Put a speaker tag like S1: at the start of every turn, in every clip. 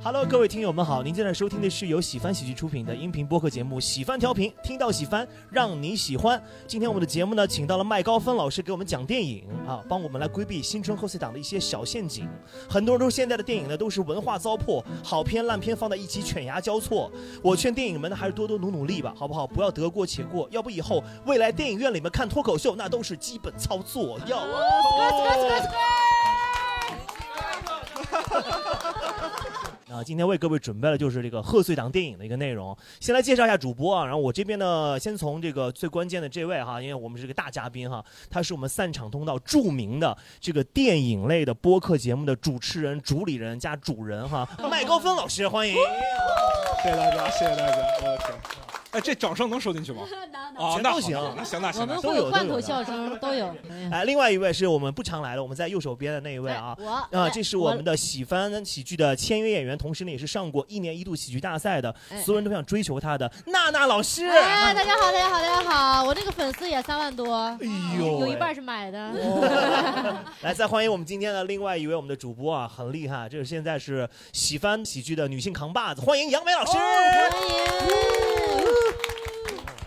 S1: Hello，各位听友们好，您正在收听的是由喜翻喜剧出品的音频播客节目《喜翻调频》，听到喜翻，让你喜欢。今天我们的节目呢，请到了麦高芬老师给我们讲电影啊，帮我们来规避新春贺岁档的一些小陷阱。很多人都现在的电影呢，都是文化糟粕，好片烂片放在一起犬牙交错。我劝电影们呢，还是多多努努力吧，好不好？不要得过且过，要不以后未来电影院里面看脱口秀，那都是基本操作。要
S2: 哦
S1: 啊。啊，今天为各位准备了就是这个贺岁档电影的一个内容。先来介绍一下主播啊，然后我这边呢，先从这个最关键的这位哈，因为我们是个大嘉宾哈，他是我们散场通道著名的这个电影类的播客节目的主持人、主理人加主人 哈，麦高芬老师，欢迎。
S3: 谢谢大家，谢谢大家，我的天！哎，这掌声能收进 去吗？啊，
S1: 全
S3: 那
S1: 都
S3: 好
S1: 行
S3: 那行，那
S4: 我
S3: 行，那行。
S4: 们会
S1: 都有
S4: 有
S1: 都
S4: 换
S1: 有
S4: 口
S1: 的
S4: 笑声，都有。
S1: 哎，另外一位是我们不常来的，我们在右手边的那一位啊。
S4: 哎我
S1: 啊，这是我们
S4: 的
S1: 的喜翻喜剧的签约演员，同时呢也是上过一年一度喜剧大赛的，
S4: 哎
S1: 所有人都想追求他的娜娜老师。
S4: 哎，大家好，大家好，大家好！我这个粉丝也三万多，
S1: 哎呦，
S4: 有一半是买的。
S1: 来，再欢迎我们今天的另外一位我们的主播啊，很厉害，这是现在是喜翻喜剧的女性扛把子，欢迎杨梅老师。
S4: 欢迎！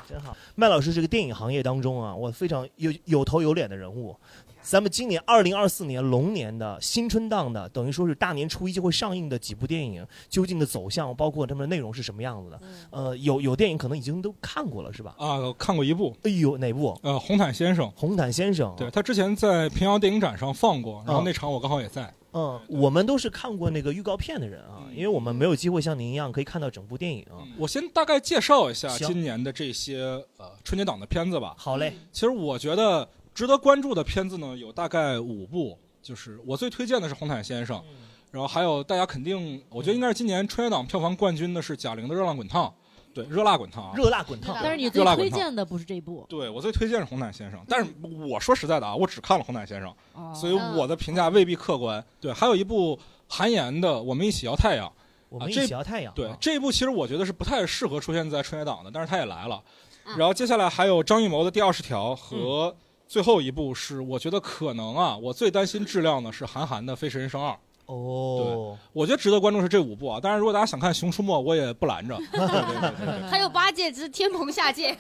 S1: 真好，麦老师是个电影行业当中啊，我非常有有头有脸的人物。咱们今年二零二四年龙年的新春档的，等于说是大年初一就会上映的几部电影，究竟的走向，包括他们的内容是什么样子的？呃，有有电影可能已经都看过了，是吧？
S3: 啊，我看过一部，
S1: 哎呦，哪部？
S3: 呃，《红毯先生》，
S1: 红毯先生。
S3: 对，他之前在平遥电影展上放过，然
S1: 嗯
S3: 后那场我刚好也在。
S1: 嗯，我们都是看过那个预告片的人啊，
S3: 嗯
S1: 因为我们没有机会像您一样可以看到整部电影。
S3: 我先大概介绍一下
S1: 行
S3: 今年的这些呃春节档的片子吧。
S1: 好嘞，
S3: 其实我觉得值得关注的片子呢，有大概五部，就是我最推荐的是《红毯先生》，
S1: 嗯
S3: 然后还有大家肯定，我觉得应该是今年春节档票房冠军的是贾玲的《热浪滚烫》，对，《热辣滚烫》
S4: 嗯
S3: 啊。
S1: 热辣滚烫
S4: 但是你最推荐的不是这部，
S3: 对我最推荐是《红毯先生》，但是我说实在的啊，我只看了《红毯先生》。
S4: 哦
S3: 所以我的评价未必客观。对，还有一部韩岩的《我们一起摇太阳》，
S1: 我们一
S3: 啊这
S1: 起摇太阳啊。
S3: 对、这一部其实我觉得是不太适合出现在春节档的，但是他也来了。
S4: 啊
S3: 然后接下来还有张艺谋的《第二十
S1: 嗯
S3: 条》和最后一部是我觉得可能啊，我最担心质量呢是韩寒的《飞驰人生二》。
S1: 哦，
S3: 我觉得值得关注是这五部啊，当然如果大家想看《熊出没》，我也不 拦着。对对对
S4: 嗯
S3: 对对
S2: 还有八戒之天蓬下界，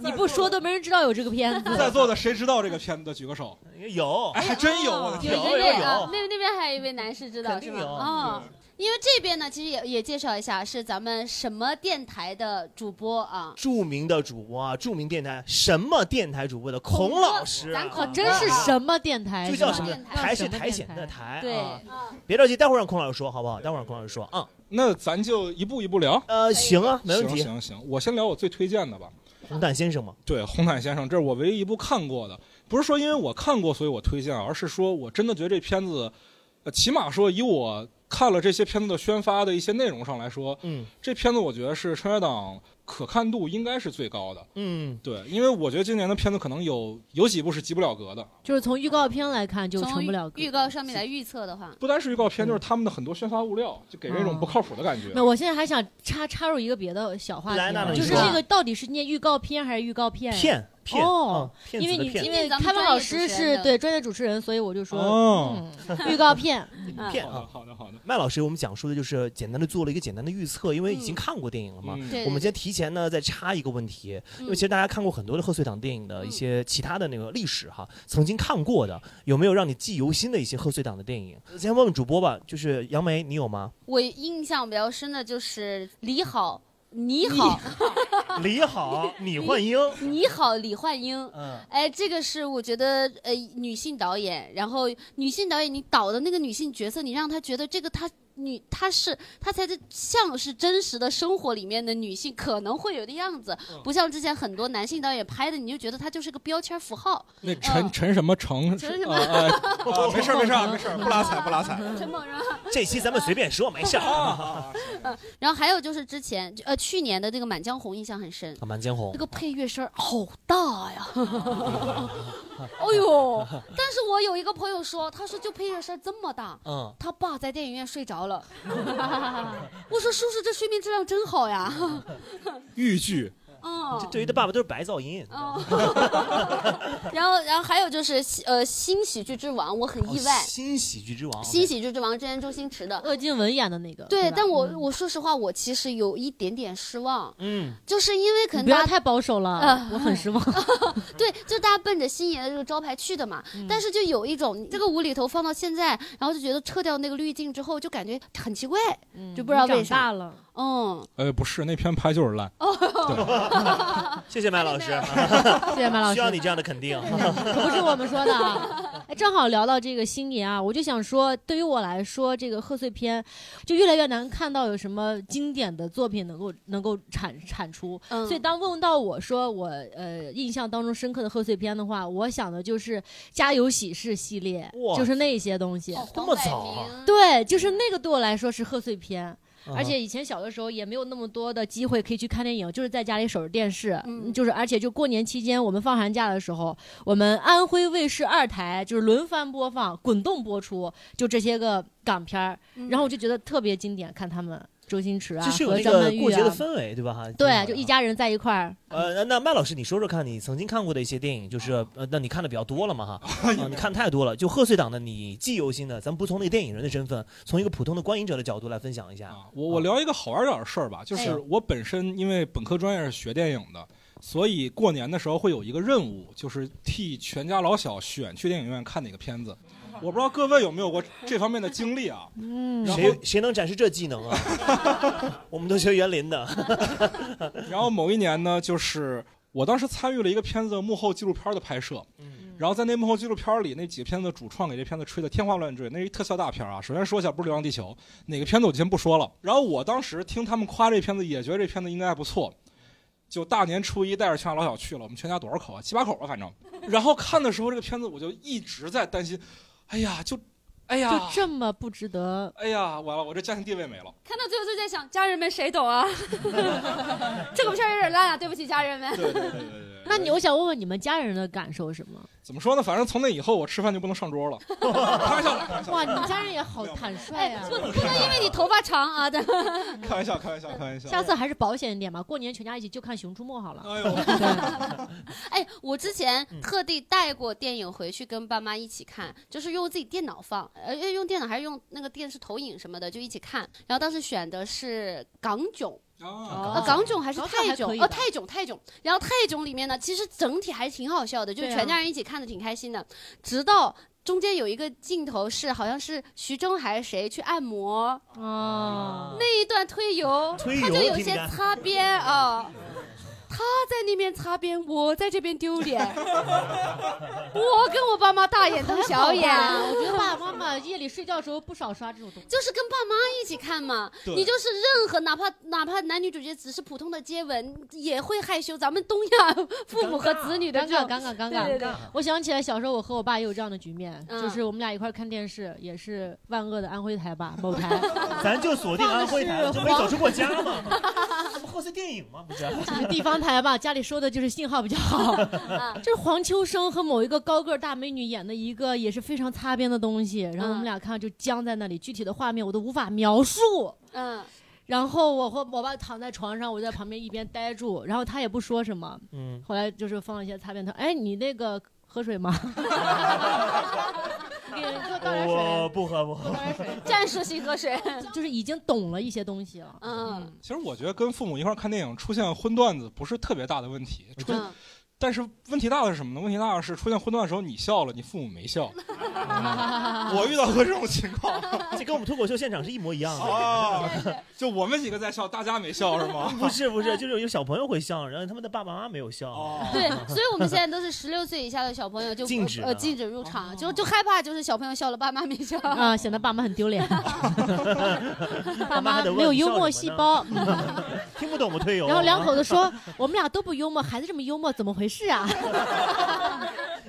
S4: 你不说都没人知道有这个片子。
S3: 在座的谁知道这个片子的举个手？
S1: 有
S3: 哎，还真有，我的天！
S1: 有
S2: 对对
S1: 有
S2: 啊，那那边还有一位男士知道
S1: 肯
S2: 是
S1: 定
S2: 吧？
S1: 有
S2: 哦，因为这边呢，其实也也介绍一下，是咱们什么电台的主播啊？
S1: 著名的主播啊，著名电台什么电台主播的
S2: 孔
S1: 孔老师啊，
S2: 咱
S4: 哦
S2: 孔
S4: 真是
S1: 啊
S4: 什么电台？
S1: 就叫
S4: 是
S1: 什
S4: 吧
S1: 么
S2: 什么
S1: 苔
S4: 什
S1: 藓
S4: 么电
S1: 苔藓
S4: 台
S1: 的苔，
S2: 对
S1: 啊，
S2: 啊
S1: 别着急，待会儿让孔老师说好不好？待会儿让孔老师说啊，
S3: 那咱就一步一步聊。
S1: 呃，行啊，没问
S3: 行
S1: 题。
S3: 行行，我先聊我最推荐的吧。
S1: 红蛋先生嘛，
S3: 对《红毯先生》，这是我唯一一部看过的，不是说因为我看过所以我推荐，啊而是说我真的觉得这片子，呃，起码说以我看了这些片子的宣发的一些内容上来说，
S1: 嗯
S3: 这片子我觉得是春节档可看度应该是最高的。
S1: 嗯，
S3: 对，因为我觉得今年的片子可能有有几部是及不了格的，
S4: 就是从预告片来看就成
S2: 从
S4: 不了格
S2: 预。告上面来预测的话，
S1: 嗯
S3: 不单是预告片，就是他们的很多宣发物料，就给人一种不靠谱的感觉。
S4: 嗯那我现在还想插插入一个别的小话
S1: 来娜娜你
S4: 题，啊就是
S1: 说
S4: 这个到底是念预告片还是预告片？
S1: 骗骗
S4: 哦，
S1: 嗯
S4: 因
S1: 骗
S4: 为
S1: 子的
S4: 你
S1: 骗
S4: 因为
S2: 咱们
S4: 开放
S2: 专业
S4: 老
S2: 主
S4: 师
S2: 持
S4: 是
S2: 人的
S4: 对专业主持人，所以我就说
S3: 哦，
S4: 预告片。
S2: 嗯
S1: 骗
S3: 好的
S1: 啊。
S3: 好的好的，
S1: 麦老师，我们讲述的就是简单的做了一个简单的预测，因为已经看过电影了嘛。
S3: 嗯
S2: 对，
S1: 我们先提前呢再插一个问题，因为
S2: 嗯
S1: 其实大家看过很多的贺岁档电影的一
S4: 嗯
S1: 些其他的那个历史哈，曾经看过的有没有让你记忆犹新的一些贺岁档的电影？先问问主播吧，就是杨梅，你有 吗？
S2: 我印象比较深的就是李好，你好，
S1: 李好，米焕英，
S2: 你好，李焕英。
S1: 嗯，
S2: 哎，这个是我觉得呃，女性导演，然后女性导演你导的那个女性角色，你让她觉得这个她女她是她才是像是真实的生活里面的女性可能会有的样子，不像之前很多男性导演拍的，你就觉得她就是个标签符号。
S3: 那陈陈什么成？
S2: 嗯哦陈什么
S3: 呃呃 啊没事儿没事儿没事儿，不拉踩不拉踩。
S2: 陈某人。
S1: 这期咱们随便说，没 事儿。
S2: 嗯
S4: 哦
S1: 啊，
S3: 啊，
S2: 然后还有就是之前呃去年的那个《满江红》印象很深。
S1: 啊满江红
S2: 那，个配乐声儿好大呀！哎呦，但是我有一个朋友说，他说就配乐声儿这么大，
S4: 哦
S1: 嗯，
S2: 他爸在电影院睡着了， 我说叔叔这睡眠质量真好呀，
S3: 豫剧。
S2: 哦
S1: 这，对于他爸爸都是白噪音。
S2: 哦， 然后然后还有就是呃新喜剧之王，我很意外
S1: 哦，新喜剧之王，
S2: 新喜剧之王之前周星驰的，
S4: 鄂靖文演的那个。
S2: 对，
S4: 吧
S2: 但我
S4: 嗯
S2: 我说实话，我其实有一点点失望，
S1: 嗯，
S2: 就是因为可
S4: 你
S2: 能
S4: 不要
S2: 大家
S4: 太保守了
S2: 呃，
S4: 我很失 望。
S2: 对，就大家奔着星爷的这个招牌去的嘛。但是就有一种这个无厘头放到现在，然后就觉得撤掉那个滤镜之后，就感觉很奇怪。就不知道为啥
S4: 长大了，
S2: 嗯，
S3: 呃，不是，那片拍就是烂。
S1: 谢谢麦老师，
S4: 谢谢马啊老
S1: 需
S4: 师。
S1: 要你这样的肯 定。
S4: 可不是我们说 的啊！哎，正好聊到这个星爷啊，我就想说，对于我来说，这个贺岁片就越来越难看到有什么经典的作品能够能够产产出。
S2: 嗯
S4: 所以当问到我说我呃印象当中深刻的贺岁片的话，我想的就是《家有喜事》系列
S1: 哇，
S4: 就是那些东西。
S1: 这么早啊
S4: 对，就是那个对我来说是贺岁片，
S1: 嗯
S4: 而且以前小的时候也没有那么多的机会可以去看电影，就是在家里守着电视，
S2: 嗯
S4: 就是而且就过年期间我们放寒假的时候，我们安徽卫视二台就是轮番播放、滚动播出，就这些个港片儿，
S2: 嗯
S4: 然后我就觉得特别经典，看他们周星驰啊
S1: 就是有
S4: 和
S1: 那
S4: 张曼
S1: 个
S4: 玉
S1: 过节的
S4: 啊，
S1: 氛围，对吧？哈
S4: 对，就一。家人在一块儿。
S1: 呃，那那麦老师，你说说看，你曾经看过的一些电影，就是呃，那你看的比较多了嘛哈？啊，你看太多了。就贺岁档的，你记忆犹新的，咱们不从那个电影人的身份，从一个普通的观影者的角度来分享一下。
S3: 啊，我我聊一个好玩点儿的事儿吧，就是我本身因为本科专业是学电影的，所以过年的时候会有一个任务，就是替全家老小选去电影院看哪个片子。我不知道各位有没有过这方面的经历啊？
S4: 嗯
S3: 然后
S1: 谁谁能展示这技能啊？ 我们都学园林的，
S3: 然后某一年呢，就是我当时参与了一个片子的幕后纪录片的拍摄，
S1: 嗯
S3: 然后在那幕后纪录片里，那几个片子的主创给这片子吹的天花乱坠，那是一特效大片啊。首先说一下，不是《流浪地球》，哪个片子我就先不说了。然后我当时听他们夸这片子，也觉得这片子应该还不错。就大年初一带着全家老小去了，我们全家多少口啊？七八口吧，反正。然后看的时候，这个片子我就一直在担心，哎呀，就，哎
S4: 就
S3: 呀，
S4: 这么不值得，
S3: 哎呀，完了，我这家庭地位没了。
S2: 看到最后就在想，家人们谁懂啊？这个片儿有点烂啊，对不起家人们。
S3: 对对对对对。
S4: 那你我想问问你们家人的感受是什么？
S3: 怎么说呢？反正从那以后，我吃饭就不能上桌 了。开玩笑的，开玩笑的。
S4: 哇，你们家人也好坦率啊呀、
S2: 哎不能因为你头发长啊的。
S3: 开玩笑，开玩笑，开玩笑。
S4: 下次还是保险一点吧，过年全家一起就看《熊出没》好了。
S3: 哎呦，
S2: 哎，我之前
S1: 嗯
S2: 特地带过电影回去跟爸妈一起看，就是用自己电脑放，呃，用电脑还是用那个电视投影什么的，就一起看。然后当时选的是港囧。
S4: 哦
S3: 啊，
S2: 呃，港囧还是
S4: 港囧
S2: 泰
S4: 还
S2: 囧
S4: 可以，
S2: 呃，
S4: 吧
S2: 泰囧泰囧，然后泰囧里面呢，其实整体还是挺好笑的，就是
S4: 对啊
S2: 全家人一起看的挺开心的，直到。中间有一个镜头是好像是徐峥还是谁去按摩
S4: 哦，
S2: 那一段推油，
S1: 推
S2: 他
S1: 油
S2: 就有一
S1: 听
S2: 些
S1: 你看
S2: 擦边啊、他在那边擦边，我在这边 丢脸，我跟我爸妈大眼瞪小眼，
S4: 我觉得爸爸妈妈夜里睡觉的时候不少刷这种东西。
S2: 就是跟爸妈一起看嘛，
S3: 对
S2: 你就是任何哪怕哪怕男女主角只是普通的接吻，也会害羞。咱们东亚父母和子女的
S4: 尴
S2: 这
S4: 尬，
S2: 种，
S4: 尴尬，尴
S2: 对对
S4: 尬！
S2: 对，
S4: 我想起来小时候，我和我爸也有这样的局面，
S2: 嗯
S4: 就是我们俩一块儿看电视，也是万恶的安徽台吧， 某台。
S1: 咱就锁定安徽台了，
S4: 放的是
S1: 就没走出过家嘛。 这不贺岁电影吗？不是，
S4: 就是地方台吧，家里收的就是信号比较好。
S2: 嗯
S4: 就是黄秋生和某一个高个儿大美女演的一个也是非常擦边的东西，然后我
S2: 嗯
S4: 们俩看就僵在那里，具体的画面我都无法描述。
S2: 嗯，
S4: 然后我和我爸躺在床上，我在旁边一边呆住，然后他也不说什么。
S1: 嗯，
S4: 后来就是放了一些擦边头，哎，你那个喝水 吗？给多倒点
S1: 我
S4: 水，
S1: 不喝不喝。
S4: 多倒点水，
S2: 战术性喝水，
S4: 就是已经懂了一些东西 了。
S2: 嗯
S3: 其实我觉得跟父母一块儿看电影出现荤段子不是特别大的问题，出
S2: 嗯，
S3: 但是问题大的是什么呢？问题大的是出现荤段的时候你笑了，你父母没 笑。我遇到过这种情况
S1: 这跟我们脱口秀现场是一模一样的。
S3: 啊，就我们几个在笑，大家没笑是 吗？
S1: 不是不是，就是有小朋友会笑，然后他们的爸爸妈妈没有笑。
S3: 哦，
S2: 对，所以我们现在都是十六岁以下的小朋友就
S1: 禁止
S2: 呃
S1: 的
S2: 禁止入
S4: 哦
S2: 场，就就害怕就是小朋友笑了，爸妈没笑。
S4: 啊，显得爸妈很丢 脸，爸
S1: 妈还
S4: 妈
S1: 得问
S4: 没有幽默细胞。嗯
S1: 听不懂我推油啊。
S4: 然后两口子说：“ 我们俩都不幽默，孩子这么幽默，怎么回事啊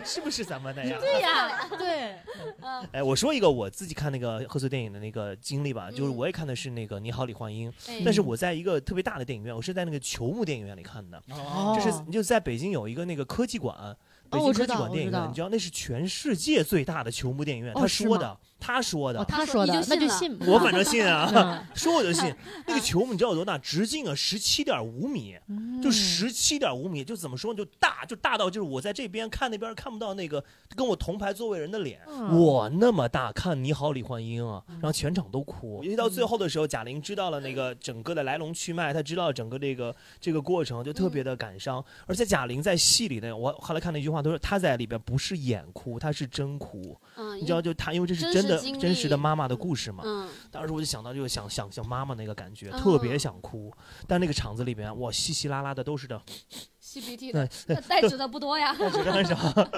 S1: 是不是咱们的呀？”？
S4: 对呀，对，啊
S1: 哎，我说一个我自己看那个贺岁电影的那个经历吧，就是
S2: 嗯
S1: 我也看的是那个《你好，李焕
S4: 嗯
S1: 英》，
S2: 哎
S1: 但是我在一个特别大的电影院，我是在那个球幕电影院里看的，
S3: 哦
S1: 就是
S4: 哦
S1: 你就在北京有一个那个科技馆。北京
S4: 我
S1: 科技
S4: 知道
S1: 馆
S4: 我
S1: 电
S4: 知
S1: 影院，
S4: 道
S1: 你知道那是全世界最大的球幕电影院。
S4: 哦
S1: 他
S4: 是
S1: 说
S4: 吗
S1: 的，他说的
S4: 哦，，他
S2: 说
S4: 说
S2: 你就，
S4: 的
S2: 信
S4: 那就
S2: 了
S4: 信嗯吧。
S1: 我反正信啊，
S4: 嗯
S1: 说我就信。那个球你知道有多大？直径啊，十七点五米，就
S4: 嗯
S1: 十七点五米，就怎么说呢？就大，就大到就是我在这边看那边看不到那个跟我同排座位人的脸。
S4: 嗯
S1: 我那么大看《你好，李焕英》啊，然后全场都哭。因为到最后的时候，贾玲知道了那个整个的来龙去脉，她知道整个这个这个过程，就特别的感伤。嗯而且贾玲在戏里呢，我后来看了一句话，她说她在里边不是演哭，她是真哭。
S2: 嗯，
S1: 你知道，就她因为这是
S2: 真
S1: 真
S2: 实
S1: 的
S2: 经
S1: 真实的
S2: 历
S1: 妈妈的故事嘛。
S2: 嗯，
S1: 当时我就想到，就想想想妈妈那个感觉，
S2: 嗯
S1: 特别想哭。但那个场子里边，哇，稀稀拉拉的都是的，
S2: 吸鼻涕的，
S1: 那
S2: 那带纸的不多 呀。
S1: 那刚少。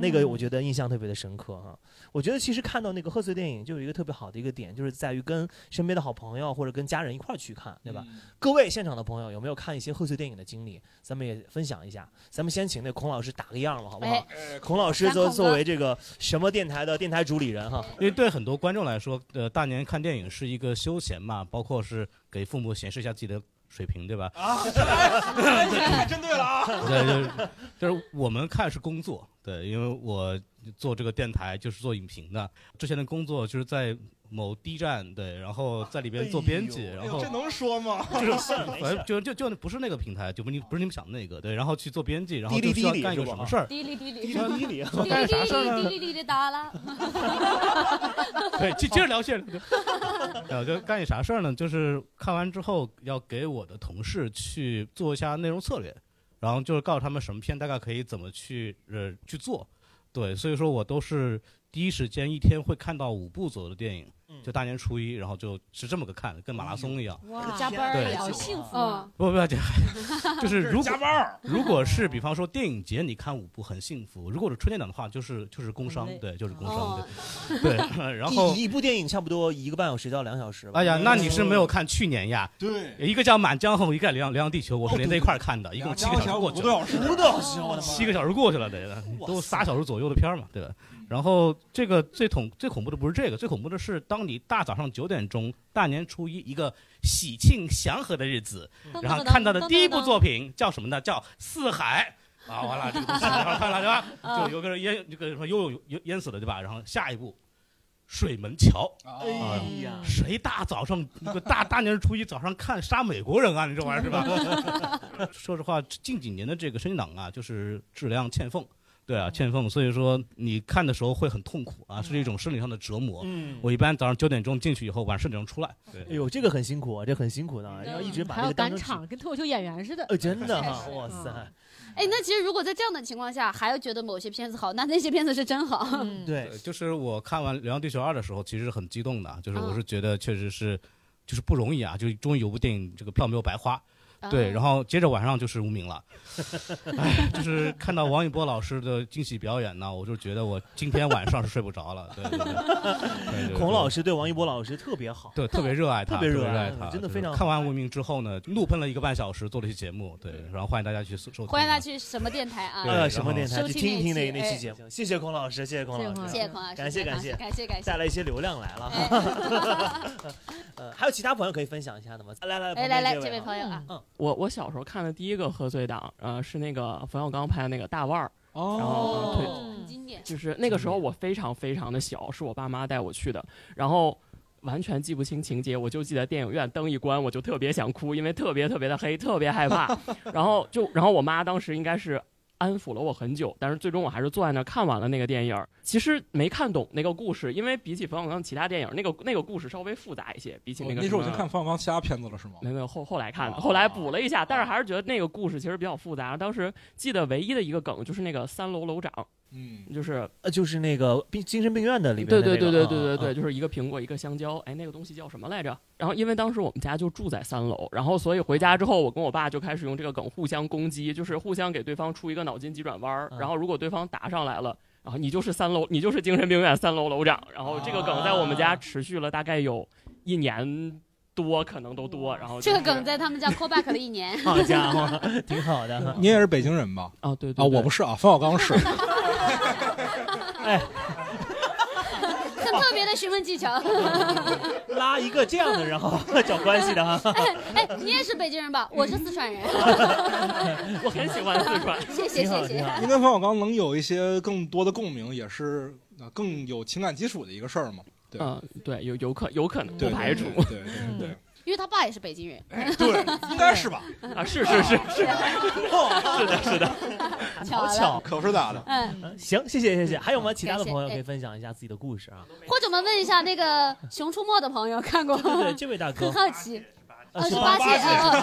S1: 那
S2: 嗯
S1: 个我觉得印象特别的深刻哈、我觉得其实看到那个贺岁电影，就有一个特别好的一个点，就是在于跟身边的好朋友或者跟家人一块儿去看，对
S5: 嗯
S1: 吧？？各位现场的朋友有没有看一些贺岁电影的经历？咱们也分享一下。咱们先请那孔老师打个样吧，好不好？
S2: 哎
S3: 哎，
S1: 孔老师
S2: 咱
S1: 作
S2: 孔哥
S1: 作为这个什么电台的电台主理人哈，
S5: 因为对很多观众来说，呃，大年看电影是一个休闲嘛，包括是给父母显示一下自己的水平，对吧？
S3: 太针对了啊！
S5: 对，就是就是我们看是工作，对，因为我做这个电台就是做影评的，之前的工作就是在某 D 站，对，然后在里边做编辑，
S1: 哦
S3: 哎
S5: 然
S3: 呦
S5: 后
S3: 这能说吗？
S1: 这种事儿没
S5: 反
S1: 事
S5: 正。就就就不是那个平台，就不是你不是你们想的那个，对，然后去做编辑，然后
S1: 滴哩
S5: 就需要
S1: 滴哩
S5: 干一个
S1: 是吧
S5: 什么事儿，
S2: 滴哩滴哩，
S1: 滴哩滴哩，
S2: 滴哩滴哩滴哩滴哩哒啦。
S5: 对，接接着聊，接着聊。然呃后就干一啥事儿呢？就是看完之后要给我的同事去做一下内容策略，然后就是告诉他们什么片大概可以怎么去呃去做。对，所以说我都是第一时间一天会看到五部左右的电影，就大年初一，然后就是这么个看，跟马拉松一样。
S4: 哇，
S1: 加班
S5: 儿对
S4: 好
S1: 好
S4: 幸
S1: 幸
S4: 福
S1: 福
S4: 啊
S2: 啊！
S5: 不不要紧，就是如果
S3: 加班儿，
S5: 如果是比方说电影节，你看五部很幸福；如果是春节档的话，就是就是工
S4: 很
S5: 伤
S4: 累，
S5: 对，就是工伤
S2: 哦，，
S5: 对对。 然后
S1: 一一部嗯电影差不多一个半小时到两小时吧。
S5: 哎呀，那你是没有看去年呀？
S3: 对，
S5: 一个叫《满江红》，一个叫《流浪流浪地球》，我是连在一块儿看的，一共七个小时
S3: 五
S5: 过
S3: 个
S5: 去
S3: 多
S5: 了，
S3: 小时，
S1: 五个小时，我的妈！
S5: 七个小时过去了，得
S1: 哇
S5: 都
S1: 塞
S5: 仨小时左右的片儿嘛，对吧？然后这个最恐最恐怖的不是这个，最恐怖的是当你大早上九点钟，大年初一一个喜庆祥和的日子，然后看到的第一部作品叫什么呢？叫《四海》。啊，完了，这个东西，然后看了 对吧？
S1: 嗯
S2: 嗯
S5: 就有个人淹，这个什么游泳淹淹死了对吧？然后下一步，水门桥，
S3: 啊
S1: 哎呀，
S5: 谁大早上那个大大年初一早上看杀美国人啊？你这玩意儿是吧？ 说实话，近几年的这个申请档啊，就是质量欠奉，对啊，欠奉。所以说你看的时候会很痛苦啊，是一种生理上的折磨。
S1: 嗯，
S5: 我一般早上九点钟进去以后，晚上十点钟出来。对
S1: 哎呦，这个很辛苦啊，这很辛苦
S2: 嗯
S1: 呢，要一直把
S4: 还
S1: 这
S4: 要
S1: 个当
S4: 赶
S1: 成职。
S4: 场，跟脱口秀演员似的。
S1: 呃，真的哈，
S2: 确实
S1: 哇
S4: 嗯
S1: 塞，
S2: 哎，那其实如果在这样的情况下，还要觉得某些片子好，那那些片子是真好。
S4: 嗯，
S1: 对，
S5: 对，就是我看完《流浪地球二》的时候，其实是很激动的，啊就是
S2: 嗯
S5: 我是觉得确实是，就是不容易啊，就终于有部电影这个票没有白花。
S2: 嗯哦
S5: 对，然后接着晚上就是无名了，哎，就是看到王一博老师的惊喜表演呢，我就觉得我今天晚上是睡不着了。对对对，对对
S1: 孔老
S5: 师
S1: 师对王一博老师特别好，
S5: 对特别热爱他，
S1: 特
S5: 特
S1: 别热
S5: 热
S1: 爱
S5: 他，
S1: 真的
S5: 就是
S1: 非常好
S5: 看完无名之后呢，怒喷了一个半小时，做了一期节目，对，
S1: 嗯
S5: 然后欢迎大家去收收听啊。
S2: 欢迎大家去什么电台啊？
S5: 对
S1: 呃，
S5: 然
S1: 什么
S5: 后
S1: 电台
S2: 收
S1: 去
S2: 听
S1: 听一听
S2: 那
S1: 那
S2: 期哎
S1: 那期节目？谢谢孔老师，谢谢孔
S4: 谢谢
S1: 老
S4: 孔
S1: 师
S4: 老
S2: 谢，谢孔老师，
S1: 感谢
S2: 谢
S1: 感谢
S2: 谢感谢感谢
S1: 带。来一些流量来了哈。
S2: 哎
S1: 呃，还有其他朋友可以分享一下的吗？来来
S2: 哎，来来，
S1: 旁
S2: 这
S1: 边
S2: 位
S1: 啊
S2: 朋友
S4: 嗯
S2: 啊，
S6: 我我小时候看的第一个贺岁档，呃，是那个冯小刚拍的那个《大腕儿》，
S3: 嗯
S6: 然后呃推
S2: 哦，
S4: 对
S2: 很经典。
S6: 就是那个时候我非常非常的小，是我爸妈带我去的，然后完全记不清情节，我就记得电影院灯一关，我就特别想哭，因为特别特别的黑，特别害怕。然后就然后我妈当时应该是安抚了我很久，但是最终我还是坐在那儿看完了那个电影儿。其实没看懂那个故事，因为比起冯小刚其他电影，那个那个故事稍微复杂一些，比起那个
S3: 哦那时候我
S6: 什
S3: 就
S6: 么
S3: 看方方其他片子了，是吗？
S6: 没有没有后后来看的，
S3: 哦
S6: 后来补了一下，但是还是觉得那个故事其实比较复杂。当时记得唯一的一个梗就是那个三楼楼长，
S3: 嗯，
S6: 就是
S1: 呃，就是那个病精神病院的里边
S6: 对
S1: 的那
S6: 对
S1: 个，
S6: 对对对对
S1: 啊
S6: 对，，就是一个苹果一个香蕉，哎，那个东西叫什么来着？然后因为当时我们家就住在三楼，然后所以回家之后，我跟我爸就开始用这个梗互相攻击，就是互相给对方出一个脑筋急转弯儿
S1: 嗯，
S6: 然后如果对方答上来了。然后你就是三楼，你就是精神病院三楼楼长。然后这个梗在我
S3: 啊
S6: 们家持续了大概有一年多，可能都多。然后
S2: 这个
S6: 就是
S2: 梗在他们家 callback 了 一年。
S1: 好家伙， 挺好的 哈。
S3: 你也是北京人吧？
S6: 啊，对对
S3: 啊，我不
S6: 是
S3: 是啊，冯小刚 是。
S2: 很特别的询问技巧。
S1: 拉一个这样的，然后 找关系的哈。
S2: 哎，你也是北京人吧？我是四川人。
S6: 我很喜欢四川。
S2: 谢谢
S1: 挺好
S2: 谢
S1: 挺好
S2: 谢。
S3: 您啊跟冯小刚能有一些更多的共鸣，也是呃更有情感基础的一个事儿嘛。对
S6: 嗯、对，有有可有可能不
S3: 对
S6: 排除嗯
S3: 对对 对对
S2: 因为他爸也是北京人，
S3: 哎对，应该是吧？
S6: 啊，是是是，
S1: 是的，是的，
S2: 巧
S1: 好
S2: 了，
S1: 巧。
S3: 可不是咋的？
S2: 嗯，
S1: 行，谢谢谢谢。还有吗？其他的
S2: 感谢
S1: 朋友
S2: 哎
S1: 可以分享一下自己的故事 啊？
S2: 或者我们问一下那个《熊出没》的朋友看过
S1: 对对对，
S2: 吗？
S1: 这位大哥
S2: 很，好奇，
S1: 啊
S2: 哦，是
S1: 是
S2: 八戒，
S1: 八戒八
S2: 哦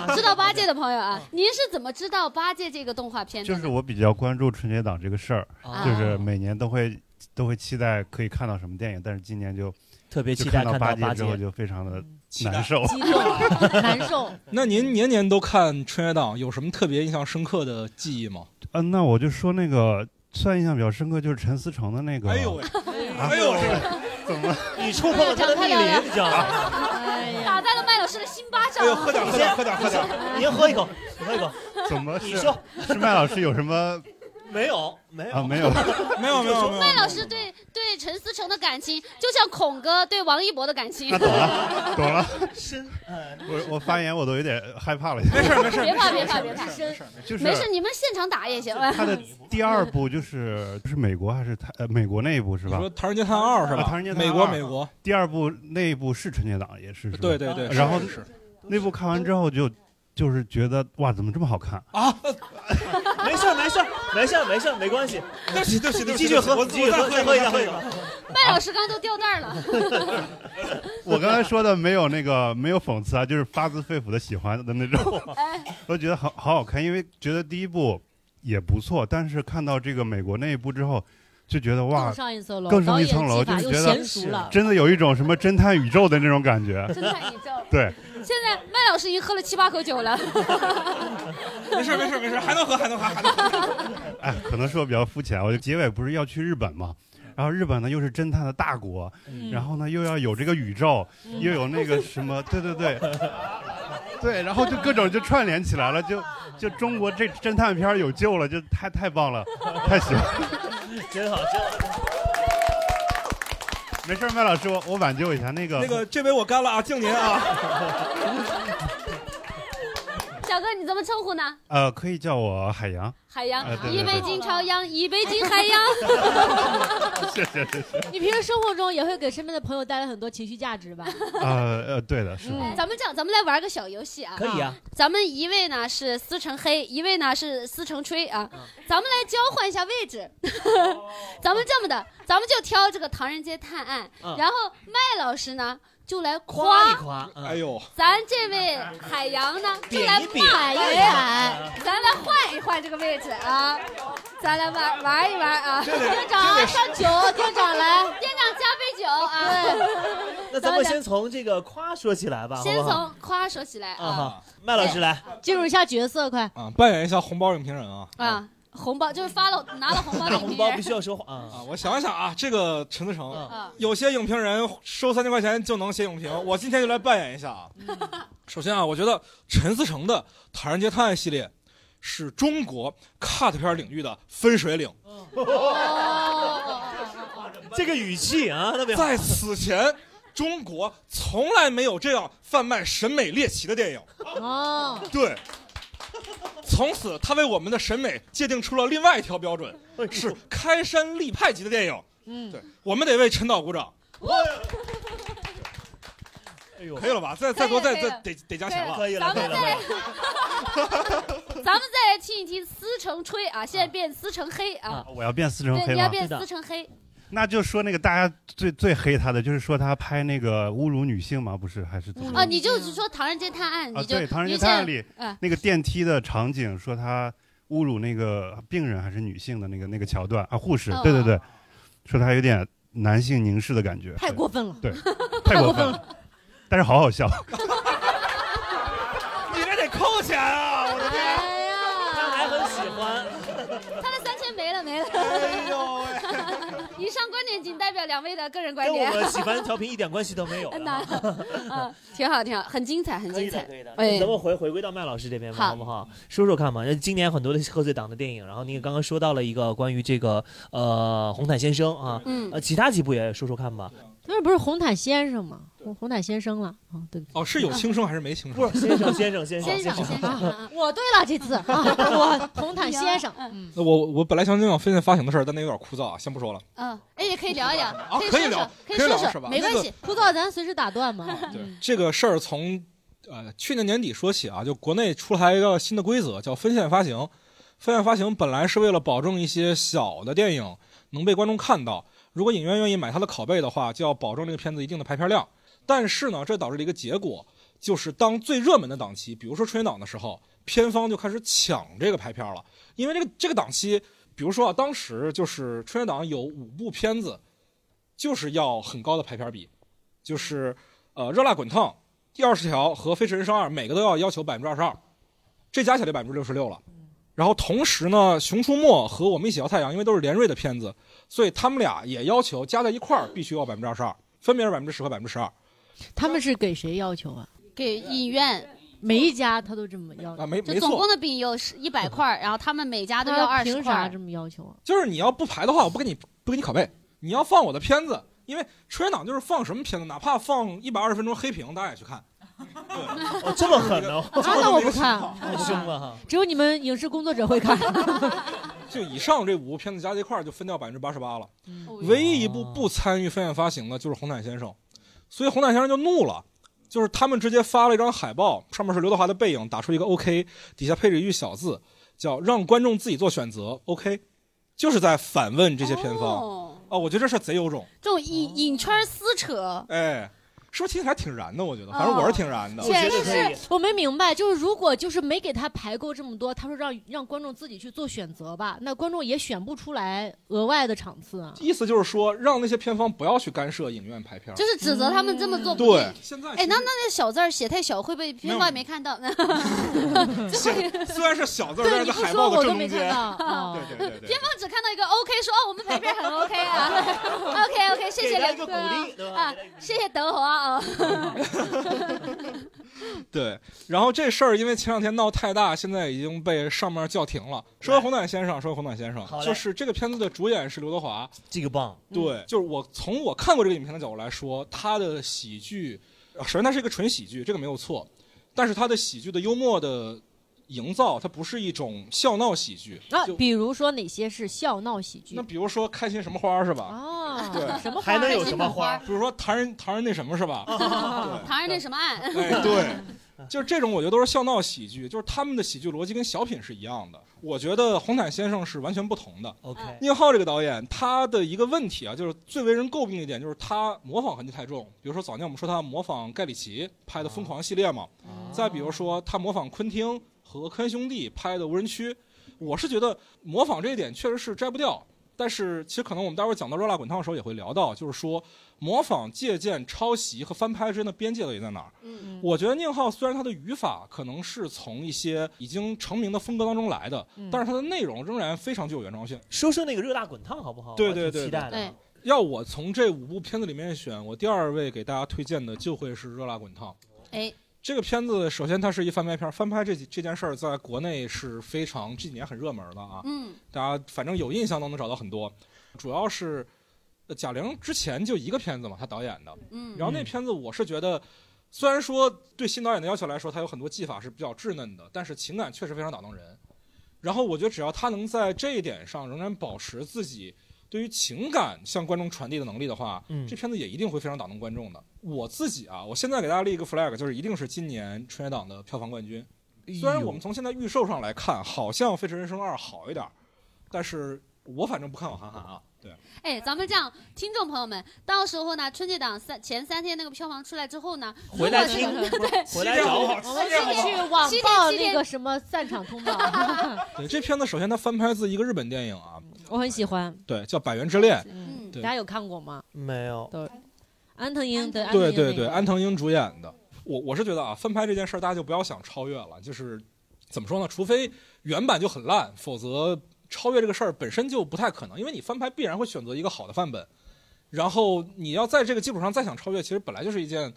S1: 戒
S2: 哦，知道八戒的朋友啊，您是怎么知道八戒这个动画片的
S7: 就
S2: 呢？
S7: 是我比较关注春节档这个事儿，
S1: 啊
S7: 就是每年都会都会期待可以看到什么电影，但是今年就
S1: 特别期
S7: 就
S1: 待
S7: 看
S1: 看到
S7: 八
S1: 八
S7: 之后
S1: 戒。
S7: 就非常
S1: 嗯
S7: 的
S3: 期待
S7: 难受。
S4: 激 动难受，
S3: 那您年年都看春节档，有什么特别印象深刻的记忆吗？
S7: 嗯，那我就说那个算印象比较深刻就是陈思诚的那个，
S3: 哎呦喂，哎呦喂，
S1: 你触碰了他的逆鳞，你知道吗？
S4: 哎
S2: 打
S4: 呀，
S2: 在了麦老师的心巴
S3: 哎
S2: 上
S3: 呦，喝点喝点喝点喝点，
S1: 你先喝一口，你喝一口。
S7: 怎么
S1: 你
S7: 是
S1: 说
S7: 是麦老师有什么
S1: 没有没
S7: 啊？
S1: 有？
S7: 没有，
S3: 没有没有没有。
S2: 麦老师对对陈思诚的感情，就像孔哥对王一博的感情
S7: 那。懂了懂 了，
S1: 深呃
S3: 哎
S7: 我我发言我都有点害怕了一下
S3: 没。事儿没事儿，
S2: 别怕
S3: 没事儿
S2: 别怕别怕
S3: 没事儿没事儿没事儿
S7: 就是
S2: 没事，你们现场打也行。
S7: 他的第二部就是就是美国还是台呃美国那一部是
S3: 你
S7: 吧
S3: 说？《唐人街探案二》是吧？
S7: 啊唐人街探案
S3: 美国
S7: 二
S3: 美国，
S7: 第二部那一部是春节档也是，是吧
S3: 对对对。
S7: 然后
S3: 是是是
S7: 那部看完之后就就是觉得哇怎么这么好看？
S3: 啊，
S1: 没事儿没事儿没事儿没事儿没关系。
S3: 对不起对不起
S1: 你
S3: 对不起，
S1: 继续喝，
S3: 我
S1: 你继续
S3: 我
S1: 喝，
S3: 再
S1: 再喝一
S3: 下
S1: 下，喝一
S3: 下
S1: 口。。
S2: 麦老师刚刚都掉蛋儿了，
S7: 我刚才说的没有那个没有讽刺啊，就是发自肺腑的喜欢的那种，
S2: 哎，
S7: 我觉得好好好看，因为觉得第一部也不错，但是看到这个美国那一部之后，就觉得哇
S4: 更，上一层楼，
S7: 更
S4: 导
S7: 上一
S4: 演
S7: 层楼
S4: 技法
S7: 就
S4: 又
S7: 觉得
S4: 娴熟了，
S7: 真的有一种什么侦探宇宙的那种 感觉。
S2: 侦探宇宙。
S7: 对，
S2: 现在麦老师已经喝了七八口酒了，
S3: 没事儿没事儿没事儿，还能喝还能喝还能喝。
S7: 哎，可能说我比较肤浅，我就结尾不是要去日本嘛，
S2: 嗯
S7: 然后日本呢又是侦探的大国，然后呢又要有这个宇宙，
S2: 嗯
S7: 又有那个什么，对对对，对，然后就各种就串联起来了，就就中国这侦探片儿有救了，就太太棒了，太喜欢了。
S1: 真好，真好。
S7: 没事儿，麦老师，我我挽救一下那个
S3: 那个这杯我干了啊，敬您啊。
S2: 小哥你怎么称呼呢？
S7: 呃，可以叫我海洋，
S2: 海洋
S7: 哎，对对
S2: 一
S7: 对
S2: 杯敬朝阳，一杯敬海洋。
S7: 谢谢谢 谢。
S4: 你平时生活中也会给身边的朋友带来很多情绪价值吧？
S7: 呃呃，对的，是的。
S2: 咱们这样，咱们来玩个小游戏啊。
S1: 可以啊，
S2: 咱们一位呢是思成黑，一位呢是思成吹啊，咱们来交换一下位置。 咱们这么的，咱们就挑这个《唐人街探案》
S1: 嗯
S2: 然后麦老师呢就来
S1: 夸一
S2: 夸，
S1: 夸。嗯
S3: 哎呦，
S2: 咱这位海洋呢就来
S1: 贬一贬
S2: 骂，
S4: 一
S2: 哎咱来换一换这个位置啊，咱来玩玩一玩啊。店
S4: 店长上酒，店长来，
S2: 长加杯酒啊，
S1: 那咱们先从这个夸说起来吧，好
S2: 先
S1: 不好？
S2: 从夸说起来
S1: 啊
S2: 啊
S1: 好，麦老师来，
S4: 进入一下角色，快！
S3: 啊，扮演一下红包影评人啊
S2: 啊，红包就是发了拿了红 包
S1: 拿
S2: 的
S1: 红
S2: 女
S1: 包必
S2: 人
S1: 须要说话啊
S3: 啊！我想一想啊，这个陈思
S1: 啊
S3: 诚，
S2: 啊，
S3: 有些影评人收三千块钱就能写影评，我今天就来扮演一下啊。 首先啊，我觉得陈思诚的《唐人街探案》系列是中国 cut 片领域的分水岭。
S1: 这个语气啊，特别好。
S3: 在此前，中国从来没有这样贩卖审美猎奇的电影。
S4: 哦，
S3: 对，从此他为我们的审美界定出了另外一条标准，是开山立派级的电影。
S4: 嗯
S3: 对，我们得为陈导鼓掌，
S1: 哎呦
S3: 可以了吧？再再多
S2: 可以
S3: 再
S2: 了
S3: 再得得加钱了。
S1: 可以了，
S2: 咱
S1: 可以
S2: 们
S1: 了。
S2: 再
S1: 可以了
S2: 咱们再来听一听思成吹啊，现在变思成黑啊
S1: 啊，
S7: 我要变四成
S2: 对，
S7: 黑
S2: 你要
S7: 吗？
S2: 变
S1: 是的
S2: 思成黑，
S7: 那就说那个大家最最黑他的，就是说他拍那个侮辱女性吗？不是，还是怎么
S4: 侮
S1: 嗯
S4: 辱
S7: 样？
S2: 哦，你就是说《唐人街探案》，
S7: 啊，
S2: 你就
S7: 对，《唐人街
S2: 你
S7: 探案》
S2: 现在
S7: 里
S2: 嗯
S7: 那个电梯的场景，说他侮辱那个病人还是女性的那个那个桥段啊，护士
S2: 哦，
S7: 对对对，说他有点男性凝视的感觉，
S4: 太过分了，
S7: 对太过分了，但是好好笑，
S3: 你这得扣钱啊！我
S4: 哎
S1: 他还
S4: 呀，
S1: 很喜欢，
S2: 他的三千没了没了。
S3: 哎呦喂！
S2: 以上观点仅代表两位的个人观
S1: 跟我
S2: 点，
S1: 们喜欢调频一点关系都没有了
S2: 那
S1: 啊。
S2: 啊，挺好挺好，很精彩很
S1: 可以的，
S2: 精彩。
S1: 可以的。
S2: 哎
S1: 咱们回回归到麦老师这边吧，
S2: 好
S1: 好不好？说说看嘛，那今年很多的贺岁档的电影，然后你也刚刚说到了一个关于这个呃《红毯先生》啊，
S2: 嗯，
S1: 呃，其他几部也说说看吧。
S4: 嗯那不是红毯先生吗？红红毯先生了啊，对不起。
S3: 哦，是有轻生还是没轻生？
S1: 不是先生先生先生
S2: 先生，先生，啊
S4: 我对了这 次啊，我红毯先生，嗯，
S3: 那我我本来想讲分享发行的事儿，但那有点枯燥啊，先不说了。
S2: 嗯，哎，也可以聊一聊，
S3: 啊
S2: 以
S3: 可以
S2: 说
S3: 聊
S2: 说，可以
S3: 可
S2: 说
S3: 以聊是
S2: 说，
S3: 吧
S2: 没
S3: 那
S2: 关
S3: 个
S2: 系。
S4: 枯燥咱随时打断嘛。
S3: 对这个事儿从呃去年年底说起啊，就国内出台一个新的规则，叫分线发行。分线发行本来是为了保证一些小的电影能被观众看到，如果影院愿意买它的拷贝的话，就要保证这个片子一定的排片量。但是呢，这导致了一个结果，就是当最热门的档期，比如说春节档的时候，片方就开始抢这个排片了，因为这个这个档期，比如说啊，当时就是春节档有五部片子，就是要很高的排片比，就是呃《热辣滚烫》、《第二十条》和《飞驰人生二》，每个都要要求百分之二十二，这加起来百分之六十六了。
S4: 嗯
S3: 然后同时呢，《熊出没》和《我们一起摇太阳》，因为都是连瑞的片子，所以他们俩也要求加在一块儿必须要百分之二十二，分别是百分之十和百分之十二
S4: 他们是给谁要求啊？
S2: 给影院，
S4: 每一家他都这么要求
S3: 啊，，没
S2: 就
S3: 没
S2: 总
S3: 错
S2: 共，的饼有十一百块儿，然后他们每家都
S4: 他
S2: 要二十
S4: 凭
S2: 块
S4: 啥
S2: 儿。
S4: 这么要求啊？
S3: 就是你要不排的话，我不给你不给你拷贝，你要放我的片子，因为春节档就是放什么片子，哪怕放一百二十分钟黑屏，大家也去看。
S1: 哦这么狠呢，
S4: 啊，那我不看，
S1: 太凶了哈。
S4: 只有你们影视工作者会看。
S3: 就以上这五部片子加在一块儿，就分掉百分之八十八了。
S4: 嗯
S2: 哦
S3: 唯一一部不参与分院发行的就是红毯先生，所以红毯先生就怒了，就是他们直接发了一张海报，上面是刘德华的背影，打出一个 OK，底下配着一句小字，叫“让观众自己做选择 ”，OK，就是在反问这些片方。啊、
S2: 哦
S3: 我觉得这事儿贼有种，
S2: 这种影影圈儿撕扯，
S3: 哎，是不是听起来挺燃的？我觉
S4: 哦
S3: 得，反正我是挺燃的。
S1: 我觉得可以，
S4: 我没明白，就是如果就是没给他排够这么多，他说让让观众自己去做选择吧，那观众也选不出来额外的场次啊。
S3: 意思就是说，让那些片方不要去干涉影院排片儿。
S2: 就是指责他们这么做不对。
S3: 对，现在
S2: 哎，那那那小字儿写太小，会被片外没看到。
S3: 那虽然是小字儿，
S4: 对，
S3: 但
S4: 你
S3: 是
S4: 不
S3: 海报
S4: 说
S3: 的
S4: 我都
S3: 正
S4: 没
S3: 中
S4: 看
S3: 间。
S4: 到。啊
S3: 对对对对。
S2: 片方只看到一个 OK，说哦，我们排片 很 OK 啊，OK OK，谢
S1: 给
S2: 谢
S1: 他
S2: 刘
S1: 一个鼓
S2: 哥啊
S1: 励，对吧
S2: 啊？，谢谢德宏啊。哦
S3: 对，然后这事儿因为前两天闹太大，现在已经被上面叫停了。说回红毯先生，说回红毯先生
S1: 好，嘞
S3: 就是这个片子的主演是刘德华。
S1: 这个棒，
S3: 对，就是我从我看过这个影片的角度来说，他的喜剧，呃首先它是一个纯喜剧，这个没有错，但是他的喜剧的幽默的营造，它不是一种笑闹喜剧。
S4: 那
S3: 就
S4: 比如说哪些是笑闹喜剧
S3: 那？比如说开心什么花儿是吧？
S4: 啊，
S3: 对
S4: 什么花
S1: 还能有什么
S2: 花
S1: 花
S2: 儿？
S3: 比如说唐人唐人那什么是吧？
S4: 嗯
S1: 嗯
S3: 对。
S2: 唐人那什么案，
S3: 哎，对，就是这种，我觉得都是笑闹喜剧，就是他们的喜剧逻辑跟小品是一样的。我觉得红毯先生是完全不同的。
S1: OK，
S3: 宁浩这个导演，他的一个问题啊，就是最为人诟病的一点，就是他模仿痕迹太重。比如说早年我们说他模仿盖里奇拍的《疯狂》系列嘛，
S1: 哦
S3: 再比如说他模仿昆汀和科恩兄弟拍的《无人区》，我是觉得模仿这一点确实是摘不掉。但是其实可能我们待会儿讲到《热辣滚烫》的时候也会聊到，就是说模仿、借鉴、抄袭和翻拍之间的边界到底在哪儿？
S2: 嗯，
S3: 我觉得宁浩虽然他的语法可能是从一些已经成名的风格当中来的，
S2: 嗯
S3: 但是他的内容仍然非常具有原创性。
S1: 说说那个热辣滚烫好不好？
S3: 对
S1: 我挺
S3: 对对
S1: 期待的
S2: 对。
S3: 要我从这五部片子里面选，我第二位给大家推荐的就会是《热辣滚烫》。
S2: 哎，
S3: 这个片子首先它是一翻拍片儿，翻拍这几这件事儿在国内是非常这几年很热门的啊，
S2: 嗯，
S3: 大家反正有印象都能找到很多。主要是呃贾玲之前就一个片子嘛，她导演的，
S2: 嗯，
S3: 然后那片子我是觉得，虽然说对新导演的要求来说，他有很多技法是比较稚嫩的，但是情感确实非常打动人。然后我觉得只要他能在这一点上仍然保持自己对于情感向观众传递的能力的话，
S1: 嗯
S3: 这片子也一定会非常打动观众的。我自己啊，我现在给大家立一个 flag，就是一定是今年春节档的票房冠军。虽然我们从现在预售上来看，好像《飞驰人生二》好一点儿，但是我反正不看好韩寒啊。对，
S2: 哎，咱们这样，听众朋友们，到时候呢，春节档三前三天那个票房出来之后呢，如
S1: 回来
S2: 果是
S1: 听，回来
S3: 这样
S1: 找
S3: 好
S1: 我。
S4: 我们是去网报那个什么散场通道，
S3: 对这片子首先它翻拍自一个日本电影啊，
S4: 我很喜欢。
S3: 对，叫《百元之恋》。
S4: 嗯，
S2: 嗯
S3: 对
S4: 大家有看过吗？
S1: 没 有，
S4: 安藤英对，
S3: 对
S4: 安藤
S3: 对
S4: 英
S3: 对，
S4: 那个
S3: 安藤英主演的。我我是觉得啊，翻拍这件事儿大家就不要想超越了，就是怎么说呢？除非原版就很烂，否则超越这个事儿本身就不太可能，因为你翻拍必然会选择一个好的范本，然后你要在这个基础上再想超越，其实本来就是一件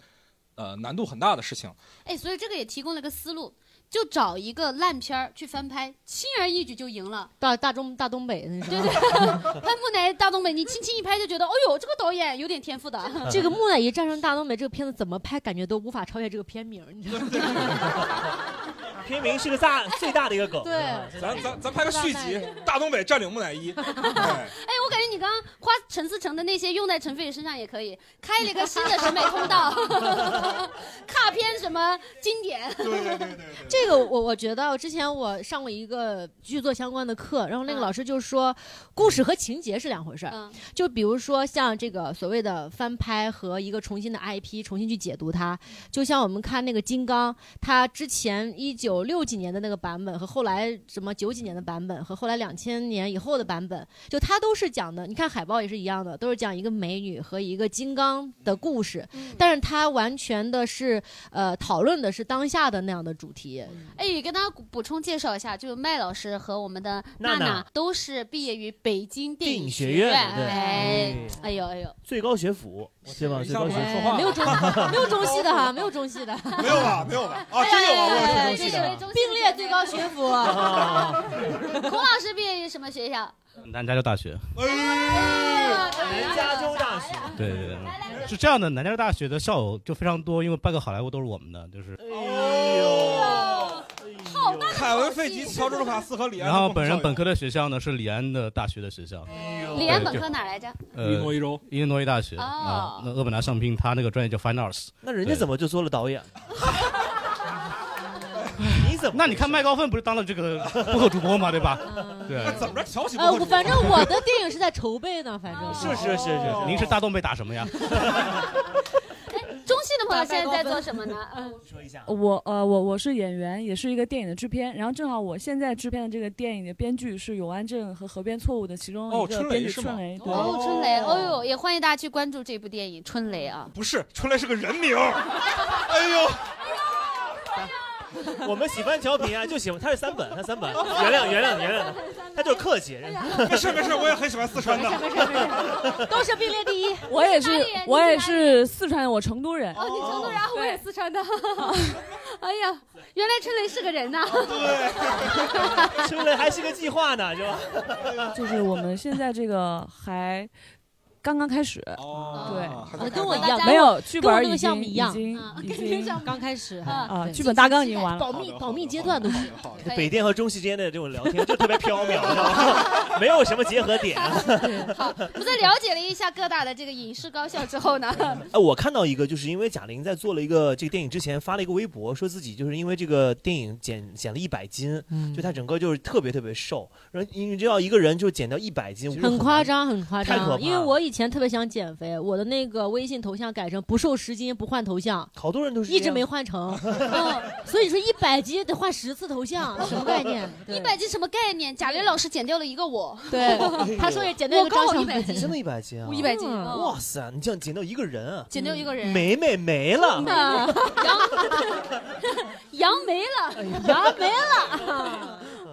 S3: 呃难度很大的事情。
S2: 哎，所以这个也提供了个思路。就找一个烂片儿去翻拍，轻而易举就赢了。
S4: 大大中大东 北那是吧。
S2: 潘木乃大东北，你轻轻一拍就觉得，哦呦，这个导演有点天赋的。
S4: 这个木乃伊战胜大东北这个片子怎么拍，感觉都无法超越这个片名，你知道吗？
S1: 片名是个大最大的一个梗。
S2: 对
S3: 咱咱咱拍个续集，《大东北占领木乃伊》 哎。
S2: 哎，我感觉你刚刚夸陈思诚的那些用在陈飞宇身上也可以，开了一个新的审美通道，卡片什么经典，
S3: 对对对对，
S4: 这个我我觉得，之前我上过一个剧作相关的课，然后那
S2: 嗯
S4: 个老师就说，故事和情节是两回事儿。
S2: 嗯
S4: 就比如说像这个所谓的翻拍和一个重新的 IP 重新去解读它，
S2: 嗯
S4: 就像我们看那个《金刚》，它之前一九六几年的那个版本和后来什么九几年的版本和后来两千年以后的版本，就它都是讲的，你看海报也是一样的，都是讲一个美女和一个金刚的故事，
S2: 嗯
S4: 但是它完全的是呃讨论的是当下的那样的主题，
S2: 哎，跟大家补充介绍一下，就是麦老师和我们的
S1: 娜
S2: 娜
S1: 娜
S2: 娜都是毕业于北京电
S1: 电影
S2: 影
S1: 学
S2: 院。
S1: 院对
S2: 哎
S1: 嗯，
S2: 哎呦哎呦，
S1: 最高学府对吧？
S3: 一
S1: 最
S3: 下
S1: 高
S3: 我
S1: 学
S3: 就
S1: 府。
S3: 说话了
S4: 没有中没有中戏的哈，没有中戏的，
S3: 没有吧？没有 吧？啊，真有啊！我有
S4: 哎哎哎
S3: 这东西的
S2: 中戏
S4: 并列最高学府。
S1: 啊
S2: 孔老师毕业于什么学校？
S5: 南加州大学，
S3: 哎，
S1: 南加州大学。
S2: 哎
S5: 对对对，是这样的，南加州大学的校友就非常多，因为半个好莱坞都是我们的，就是，
S2: 哦
S1: 哎呦，好大！
S3: 凯文·费吉、乔治·卢卡斯
S1: 哎
S3: 和李安。
S5: 然后本人本科的学校呢是里安的大学的学校，
S2: 李安本科哪来着？
S3: 一
S5: 呃，
S3: 诺一周，
S5: 伊利诺伊大学
S2: 哦
S5: 啊，那厄本达上聘，他那个专业叫 Fine Arts。
S1: 那人家怎么就做了导演？你怎么？
S5: 那你看麦高芬不是当了这个 幕后主播嘛，对吧？对，
S3: 哎怎么着挑起不
S4: 呃，
S3: 过
S4: 我
S3: 去？
S4: 反正我的电影是在筹备呢，反正
S1: 是是是
S2: 哦
S1: 是，
S5: 您是大东北打什么呀？
S2: 中戏的朋友现在在做什么呢？嗯，
S1: 说一下，
S8: 我呃，我我是演员，也是一个电影的制片，然后正好我现在制片的这个电影的编剧是《永安镇》和《河边错误》的其中
S3: 哦
S8: 一个
S3: 春雷
S8: 编剧
S3: 是吗
S8: 春雷，对，
S2: 哦，春雷，哦呦，也欢迎大家去关注这部电影《春雷》啊。
S3: 不是，春雷是个人名。 哎呦，
S1: 我们喜欢调频啊，就喜欢他是三本，他三本，原谅原谅原谅，他就是客气。
S3: 没事没事，我也很喜欢四川 的。
S4: 都是并列第一。
S8: 我也是
S2: 哪里人
S8: 我也
S2: 你是
S8: 是四川人，我成都人，
S2: 哦，你成都人，我也四川的。 哎呀，原来春雷是个人呐！
S1: 春雷还是个计划呢， 是吧？
S3: 啊
S8: 就是我们现在这个还刚刚开始，
S3: 哦，还在
S4: 跟我一样
S2: 大家
S8: 没有剧
S4: 跟我
S8: 本
S4: 那个
S8: 已
S4: 项
S8: 经
S4: 目一
S8: 已
S4: 样
S8: 经
S2: 啊
S8: 已
S2: 跟你
S8: 经
S2: 像
S4: 刚开始
S2: 啊
S8: 啊，
S4: 对
S8: 剧本大纲已经完了，
S4: 保密保密阶段都是。
S3: 好的。
S2: 可以
S1: 北电和中戏之间的这种聊天就特别 缥缈，知道吗？ 没有什么结合点。
S2: 我在了解了一下各大的这个影视高校之后呢，
S1: 哎，我看到一个，就是因为贾玲在做了一个这个电影之前发了一个微博，说自己就是因为这个电影减减了一百斤，
S4: 嗯
S1: 就她整个就是特别特别瘦。然后你知道一个人就减掉一百斤，
S4: 很夸。张，很夸
S1: 太可怕了
S4: 张。因为我以前特别想减肥，我的那个微信头像改成不瘦十斤不换头像，
S1: 好多人都是
S4: 一直
S1: 这
S4: 没
S1: 样
S4: 换成。嗯，所以说一百斤得换十次头像，什么概念？
S2: 一百斤什么概念？贾玲老师减掉了一个我，
S4: 对，他说也减掉一个
S2: 我刚
S4: 张
S2: 好
S4: 小
S2: 100斤
S1: 真的一百斤啊！
S2: 我一百斤，
S4: 嗯
S2: 嗯
S1: 哇塞，你这样减掉一个人啊，
S2: 减掉一个人，
S1: 美美没了。
S2: 啊杨 杨没了，
S4: 杨梅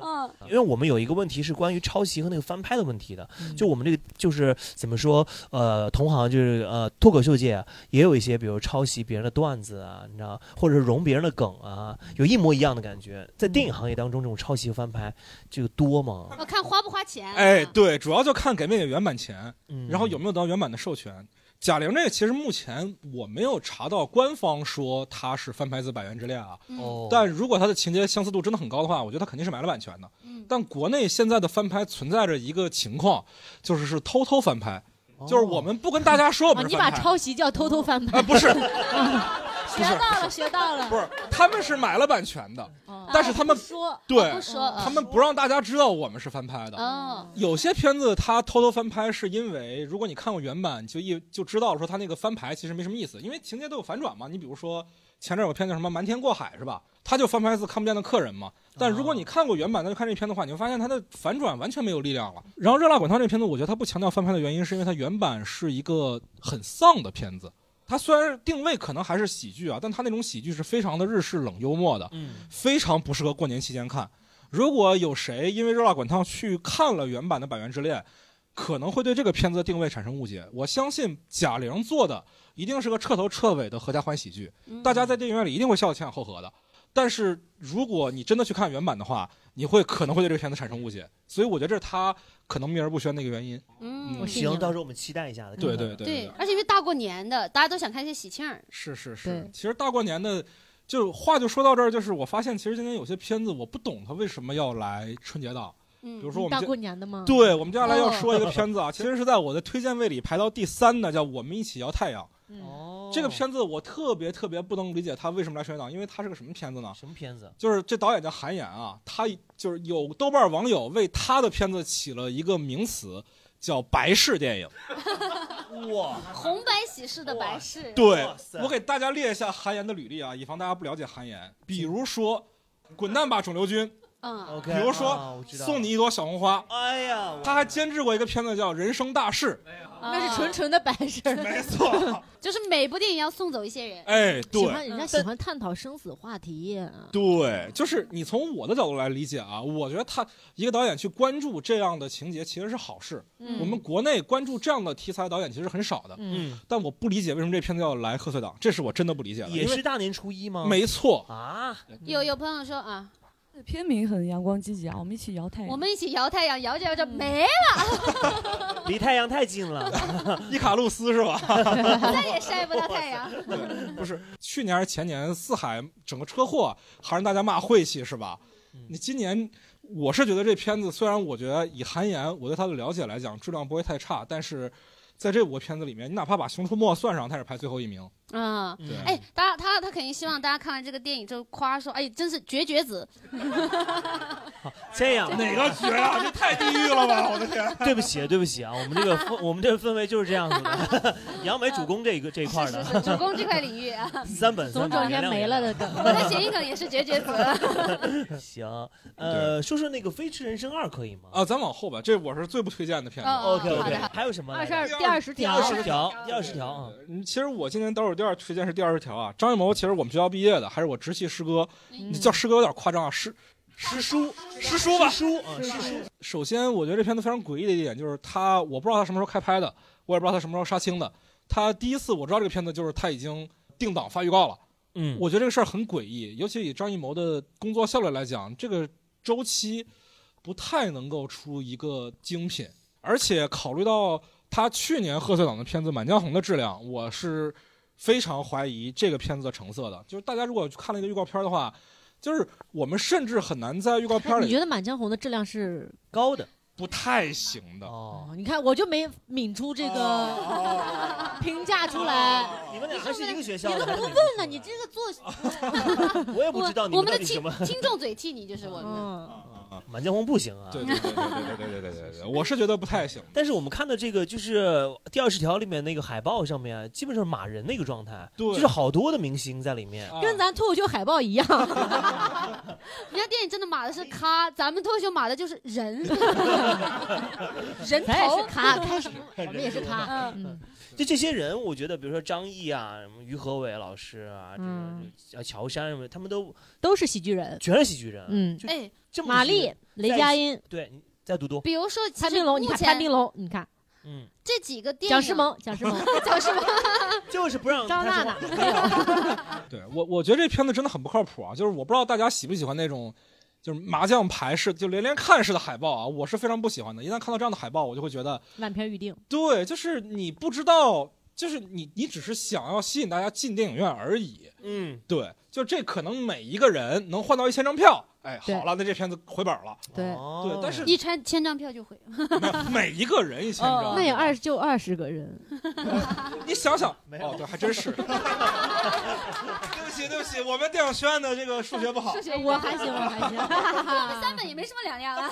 S2: 嗯，
S1: 因为我们有一个问题是关于抄袭和那个翻拍的问题的，就我们这个就是怎么说，呃，同行就是呃脱口秀界啊也有一些，比如抄袭别人的段子啊，你知道，或者是融别人的梗啊，有一模一样的感觉。在电影行业当中，这种抄袭和翻拍这个多吗？
S2: 我看花不花钱？啊
S3: 哎，对，主要就看给没给原版钱，
S1: 嗯，
S3: 然后有没有得到原版的授权。贾玲这个其实目前我没有查到官方说她是翻拍自《百元之恋》啊，
S2: 嗯
S1: 哦，
S3: 但如果它的情节相似度真的很高的话，我觉得它肯定是买了版权的。
S4: 哦
S2: 嗯
S3: 但国内现在的翻拍存在着一个情况，就是是偷偷翻拍，
S1: 哦
S3: 就是我们不跟大家说我
S4: 啊，
S3: 们
S4: 你
S3: 是
S4: 把
S3: 翻拍，
S4: 抄袭叫偷偷翻拍
S3: 啊，不 是
S4: 学到哦了，学到 了。
S3: 不是，他们是买了版权的，
S4: 哦
S3: 但是他们
S4: 不说
S3: 对
S2: 啊不说啊
S3: 他们不让大家知道我们是翻拍的。
S2: 哦，
S3: 有些片子它偷偷翻拍，是因为如果你看过原版，你就一就知道了说它那个翻拍其实没什么意思，因为情节都有反转嘛。你比如说前阵儿有片叫什么《瞒天过海》是吧？它就翻拍自《看不见的客人》嘛。但如果你看过原版，那就看这片的话，你会发现它的反转完全没有力量了。然后《热辣滚烫》这片子，我觉得它不强调翻拍的原因，是因为它原版是一个很丧的片子。它虽然定位可能还是喜剧啊，但它那种喜剧是非常的日式冷幽默的，
S1: 嗯，
S3: 非常不适合过年期间看。如果有谁因为《热辣滚烫》去看了原版的《百元之恋》，可能会对这个片子的定位产生误解。我相信贾
S2: 嗯
S3: 玲做的一定是个彻头彻尾的合家欢喜剧，大家在电影院里一定会笑得前仰后合的。但是如果你真的去看原版的话，你会可能会对这个片子产生误解，所以我觉得这是他可能秘而不宣的一个原因。
S2: 嗯
S3: 我信
S1: 行，
S3: 你
S1: 到时候我们期待一下。
S3: 对对对
S2: 对，而且因为大过年的，大家都想看一些喜庆儿。
S3: 是是是
S2: 对，
S3: 其实大过年的，就话就说到这儿，就是我发现其实今天有些片子我不懂它为什么要来春节档，
S2: 嗯
S3: 比如说我们
S4: 大
S3: 接
S4: 过年的吗？
S3: 对，我们接下来要
S4: 哦
S3: 说一个片子啊，其实是在我的推荐位里排到第三的，叫《我们一起摇太阳》。
S1: 哦
S3: 这个片子我特别特别不能理解他为什么来春节档，因为它是个什么片子呢？
S1: 什么片子？
S3: 就是这导演叫韩延啊，他就是有豆瓣网友为他的片子起了一个名词，叫“白事电影”。
S1: 哇，
S3: 啊
S2: 红白喜事的白事。
S3: 对，我给大家列一下韩延的履历啊，以防大家不了解韩延。比如说，《滚蛋吧肿瘤君》，
S2: 嗯
S3: 比如说、
S1: 啊我知道了
S3: 送你一朵小红花》，
S1: 哎呀，我
S3: 他还监制过一个片子叫《人生大事》。
S1: 哎
S4: 那是纯哦纯的白事儿。
S3: 没错，
S2: 嗯就是每部电影要送走一些人。
S3: 哎，对，
S4: 喜
S1: 啊
S4: 欢人家喜欢探讨生死话题。
S3: 对，就是你从我的角度来理解啊，我觉得他一个导演去关注这样的情节其实是好事。
S4: 嗯
S3: 我们国内关注这样的题材的导演其实很少的。
S1: 嗯，
S3: 但我不理解为什么这片子要来贺岁档，这是我真的不理解的。
S1: 也
S3: 因为
S1: 是大年初一吗？
S3: 没错，
S1: 啊，
S2: 有有朋友说啊，
S8: 片名很阳光积极啊，我们一起摇太阳。
S2: 我们一起摇太阳，摇着摇着没
S1: 离太阳太近 了。
S3: 伊卡洛斯是吧？
S2: 了，再也晒不到太阳。
S3: 不是，去年还是前年四海整个车祸还让大家骂晦气是吧？你今年我是觉得这片子虽然我觉得以韩延我对他的了解来讲质量不会太差，但是在这五个片子里面，你哪怕把《熊出没》算上，他也是排最后一名。
S2: 嗯，
S3: 对，
S2: 哎，大家他他肯定希望大家看完这个电影就夸说，哎，真是绝绝子。
S1: 这样，
S3: 哪个绝啊？这太地狱了吧！我的天，
S1: 对不起，对不起啊，我们这个氛，我们这个氛围就是这样子的。 杨梅主攻这一个这一块
S2: 是
S1: 儿
S2: 是
S1: 的，
S2: 是，主攻这块领域啊，
S1: 三本
S4: 总
S1: 三
S4: 整
S1: 本
S4: 天没了 的梗。
S2: 我的谐音梗也是绝绝子。
S1: 行，呃，说说那个《飞驰人生二》可以吗？
S3: 啊，咱往后吧，这我是最不推荐的片子。
S2: 哦
S1: o k OK，
S2: 好哦的好的
S1: 还有什么来
S4: 二
S1: 着？
S4: 十二第二十
S1: 第
S4: 条
S1: 二十条，第二十条啊，
S3: 嗯其实我今年倒数第二推荐是第二十条啊，张艺谋其实我们学校毕业的，还是我直系师哥，
S2: 嗯
S3: 叫师哥有点夸张啊，师
S1: 师叔，
S3: 师叔吧。
S1: 师叔啊，师叔，
S3: 首先，我觉得这片子非常诡异的一点就是他，我不知道他什么时候开拍的，我也不知道他什么时候杀青的。他第一次我知道这个片子就是他已经定档发预告了，
S1: 嗯，
S3: 我觉得这个事儿很诡异，尤其以张艺谋的工作效率来讲，这个周期不太能够出一个精品。而且考虑到他去年贺岁档的片子《满江红》的质量，我是非常怀疑这个片子的成色的。就是大家如果看了一个预告片的话，就是我们甚至很难在预告片
S4: 你觉
S3: 里
S4: 得《满江红》的质量是？
S1: 高的
S3: 不太行的。
S1: 哦。
S4: 哦，你看我就没抿出这个 评价出来。
S1: 你们俩还是一个学校
S4: 你
S1: 的，
S4: 怎么不问呢？你这个做，
S1: 我也
S2: 我
S1: 不知道你
S2: 我
S1: 们到
S2: 们的
S1: 底什
S2: 听
S1: 么。
S2: 听众嘴替你就是我们。
S3: 哦
S4: 嗯，
S1: 满江红不行啊，
S3: 对对对对对对对对对对，我是觉得不太行。
S1: 但是我们看到这个就是第二十条里面那个海报上面啊，基本上是马人的一个状态，
S3: 对
S1: 就是好多的明星在里面。
S3: 啊
S4: 跟咱脱口秀海报一样。
S2: 人家电影真的码
S1: 哎
S2: 的是咖，咱们脱口秀码的就是 人，人
S4: 咱也
S2: 头
S4: 是。咖，开始我们也是咖。
S2: 嗯，
S4: 嗯，
S1: 就这些人，我觉得，比如说张译啊，什么于和伟老师啊，这个
S4: 嗯
S1: 这个乔杉什么，他们都
S4: 都是喜剧人。
S1: 全是喜剧人。啊
S4: 嗯
S1: 就
S2: 哎，
S1: 这么
S4: 马
S1: 多喜剧
S4: 丽
S1: 人，、
S4: 雷佳音、
S1: 对你再读读，
S2: 比如说，其
S4: 潘
S2: 实
S4: 斌龙，你
S2: 目
S4: 看潘斌
S2: 前
S4: 龙，你看
S1: 嗯，
S2: 这几个电影，
S4: 蒋诗萌， 蒋诗萌，
S2: 蒋诗萌，
S1: 就是不让
S4: 张
S1: 他
S4: 娜
S1: 说
S4: 娜
S1: 话，
S3: 对我，我觉得这片子真的很不靠谱啊！就是我不知道大家喜不喜欢那种，就是麻将牌式，就连连看式的海报啊，我是非常不喜欢的。一旦看到这样的海报，我就会觉得，
S4: 烂片预定。
S3: 对，就是你不知道，就是你你只是想要吸引大家进电影院而已。
S1: 嗯，
S3: 对，就这可能每一个人能换到一千张票，哎，
S4: 对
S3: 好了，那这片子回本了。
S4: 对，
S1: 哦
S3: 对，但是
S2: 一千千张票就毁。
S3: 每一个人一千张，
S4: 那也二就二十个人。
S3: 你想想，
S1: 没有
S3: 哦，对，还真是。 对不起，对不起，我们电影学院的这个数学不好
S2: 数。学
S4: 我还行，我还行。
S2: 三本也没什么两样 啊。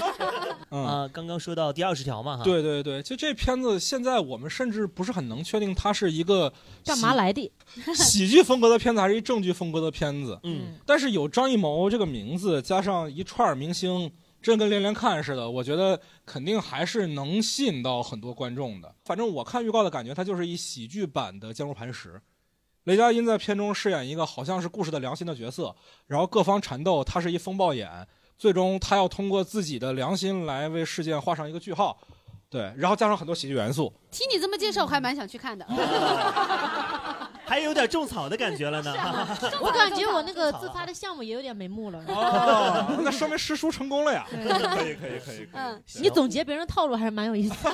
S3: 嗯，
S1: 啊，刚刚说到第二十条
S4: 啊
S1: 嘛，哈，，
S3: 对对对，就这片子，现在我们甚至不是很能确定它是一个
S4: 干嘛来的？
S3: 喜喜剧风格的片子，还是一正剧风格的片子。
S1: 嗯，
S3: 但是有张艺谋这个名字，加上一串明星，真跟连连看似的，我觉得肯定还是能吸引到很多观众的。反正我看预告的感觉，它就是一喜剧版的《坚如磐石》。雷佳音在片中饰演一个好像是故事的良心的角色，然后各方缠斗，他是一风暴眼，最终他要通过自己的良心来为事件画上一个句号。对，然后加上很多喜剧元素，
S4: 嗯
S2: 听你这么介绍，我还蛮想去看的。
S1: 还有点种草的感觉 了呢。
S4: 我感觉我那个自
S1: 啊
S4: 发的项目也有点眉目了。
S3: 哦， 那说明师叔成功了呀！可以可以可以。
S2: 嗯，
S4: 啊你总结别人套路还是蛮有意思的。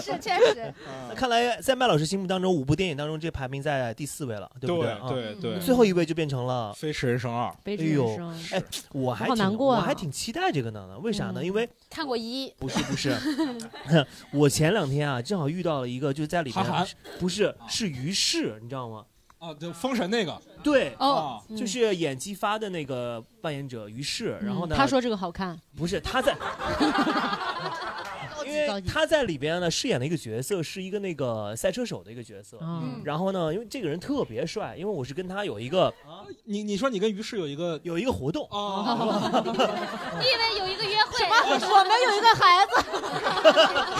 S2: 是确实，
S1: 那看来在麦老师心目当中，五部电影当中这排名在第四位了，对
S3: 对
S1: 不对？啊
S3: 对对，
S1: 最后一位就变成了
S3: 《飞驰人生二》
S4: 悲
S1: 哎
S4: 剧
S1: 呦
S4: 人生，
S1: 哎，我还
S4: 好
S1: 挺
S4: 难过啊
S1: 我还挺期待这个呢。为啥呢？
S4: 嗯
S1: 因为
S2: 看过一，
S1: 不是不是， 我前两天啊正好遇到了一个，就在里
S3: 韩
S1: 面
S3: 寒
S1: 不是是于适，你知道吗？
S3: 啊，就封神那个
S1: 对，
S2: 哦，
S3: 啊，
S1: 就是演姬发的那个扮演者于适，然后呢，
S4: 嗯他说这个好看，
S1: 不是他 在，
S4: 高
S1: 因
S4: 级高
S1: 为
S4: 级。
S1: 他在里边呢饰演的一个角色是一个那个赛车手的一个角色。
S4: 嗯，
S1: 然后呢，因为这个人特别帅，因为我是跟他有一个
S3: 你你说你跟于适有一个
S1: 有一个活动，
S3: 啊，
S2: 你以为有一个约会，
S4: 我们有一个孩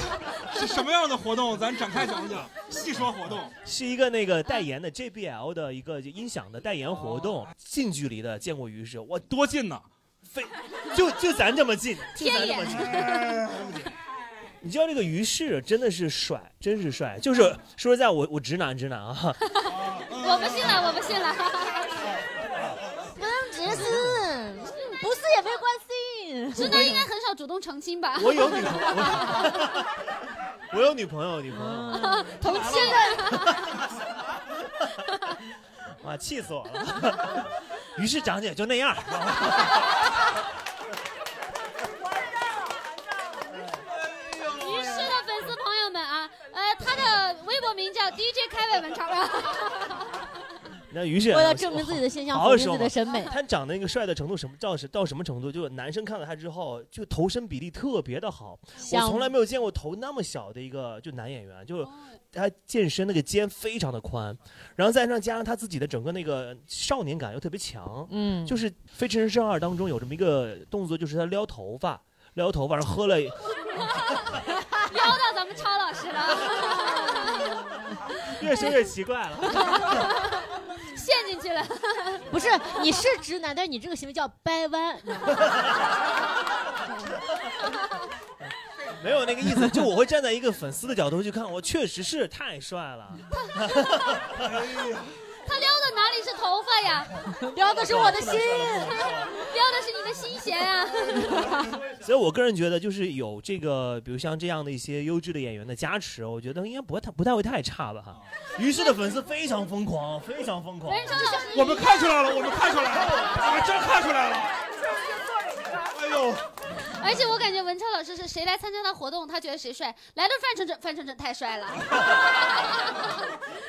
S4: 子，
S3: 是什么样的活动？咱展开讲讲，细说活动。
S1: 是一个那个代言的 JBL 的一个音响的代言活动，近距离的见过于适，我
S3: 多近呐！
S1: 非就就咱这么近，就咱这
S2: 天眼
S1: 么近。
S4: 啊
S1: 你知道这个于适真的是帅，真是帅，就是说实在我我直男直男啊，
S2: 我不信了，我不 信了，
S4: 直是，不是也没关系。
S2: 直男应该很少主动澄清吧？
S1: 我有女朋友，我我有女朋友，女朋友，
S2: 同期
S4: 嗯
S1: 哇，气死我了。 于是长得也就那样，
S2: 于是的粉丝朋友们啊，呃，他的微博名叫 DJ 开胃文超， 啊
S1: 那于是
S4: 为了证明自己的形象，
S1: 好
S4: 否
S1: 好
S4: 定自
S1: 说
S4: 己
S1: 嘛
S4: 的审美，
S1: 他长得那个帅的程度什么到是到什么程度？就是男生看到他之后，就头身比例特别的好。我
S4: 像
S1: 从来没有见过头那么小的一个就男演员，就是他健身那个肩非常的宽，然后再上加上他自己的整个那个少年感又特别强，
S4: 嗯，
S1: 就是《飞驰人生二》当中有这么一个动作，就是他撩头发，撩头发，然后喝了，
S2: 邀到咱们超老师了，
S1: 越说越奇怪了。
S2: 陷进去了，
S4: 不是你是直男，但是你这个行为叫掰弯，你知道吗
S1: 没有那个意思，就我会站在一个粉丝的角度去看，我确实是太帅了。
S2: 他撩的哪里是头发 呀？
S4: 聊的是我的心。
S2: 撩的是你的心弦啊！
S1: 所以我个人觉得，就是有这个，比如像这样的一些优质的演员的加持，我觉得应该不会太不太会太差吧哈。于是的粉丝非常疯狂，非常疯狂。
S2: 文超老师，
S3: 我们看出来了，我们看出来了，我们真看出来了。哎呦，
S2: 而且我感觉文超老师是谁来参加他活动，他觉得谁帅，来了范丞丞，范丞丞太帅了。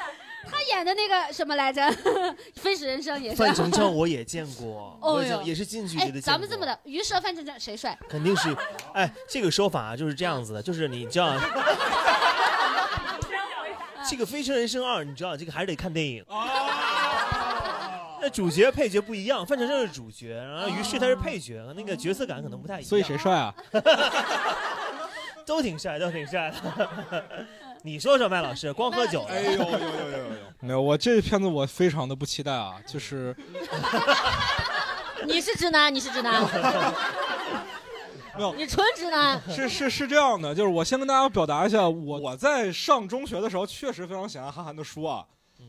S2: 他演的那个什么来着， 《飞驰人生》也是。
S1: 范丞丞我也见过，
S2: 哦
S1: 我也
S2: 哟
S1: 见也是近距离
S2: 哎
S1: 的。，
S2: 咱们这么，的，于适和范丞丞谁帅？
S1: 肯定是，哎，这个说法啊就是这样子的，就是你知道。这个《飞驰人生二》，你知道，这个还是得看电影。
S3: 啊
S1: 那主角配角不一样，范丞丞是主角，然后于是他是配角，那个角色感可能不太一样。
S3: 所以谁帅啊？
S1: 都挺帅， 都挺帅的。 你说说麦老 师，哎光喝酒了，
S3: 哎呦呦呦呦呦！没有，我这片子我非常的不期待啊，就是
S4: 你是直男，你是直男，
S3: 没有
S4: 你纯直男。
S3: 是是是这样的，就是我先跟大家表达一下，我我在上中学的时候确实非常喜欢韩寒的书啊，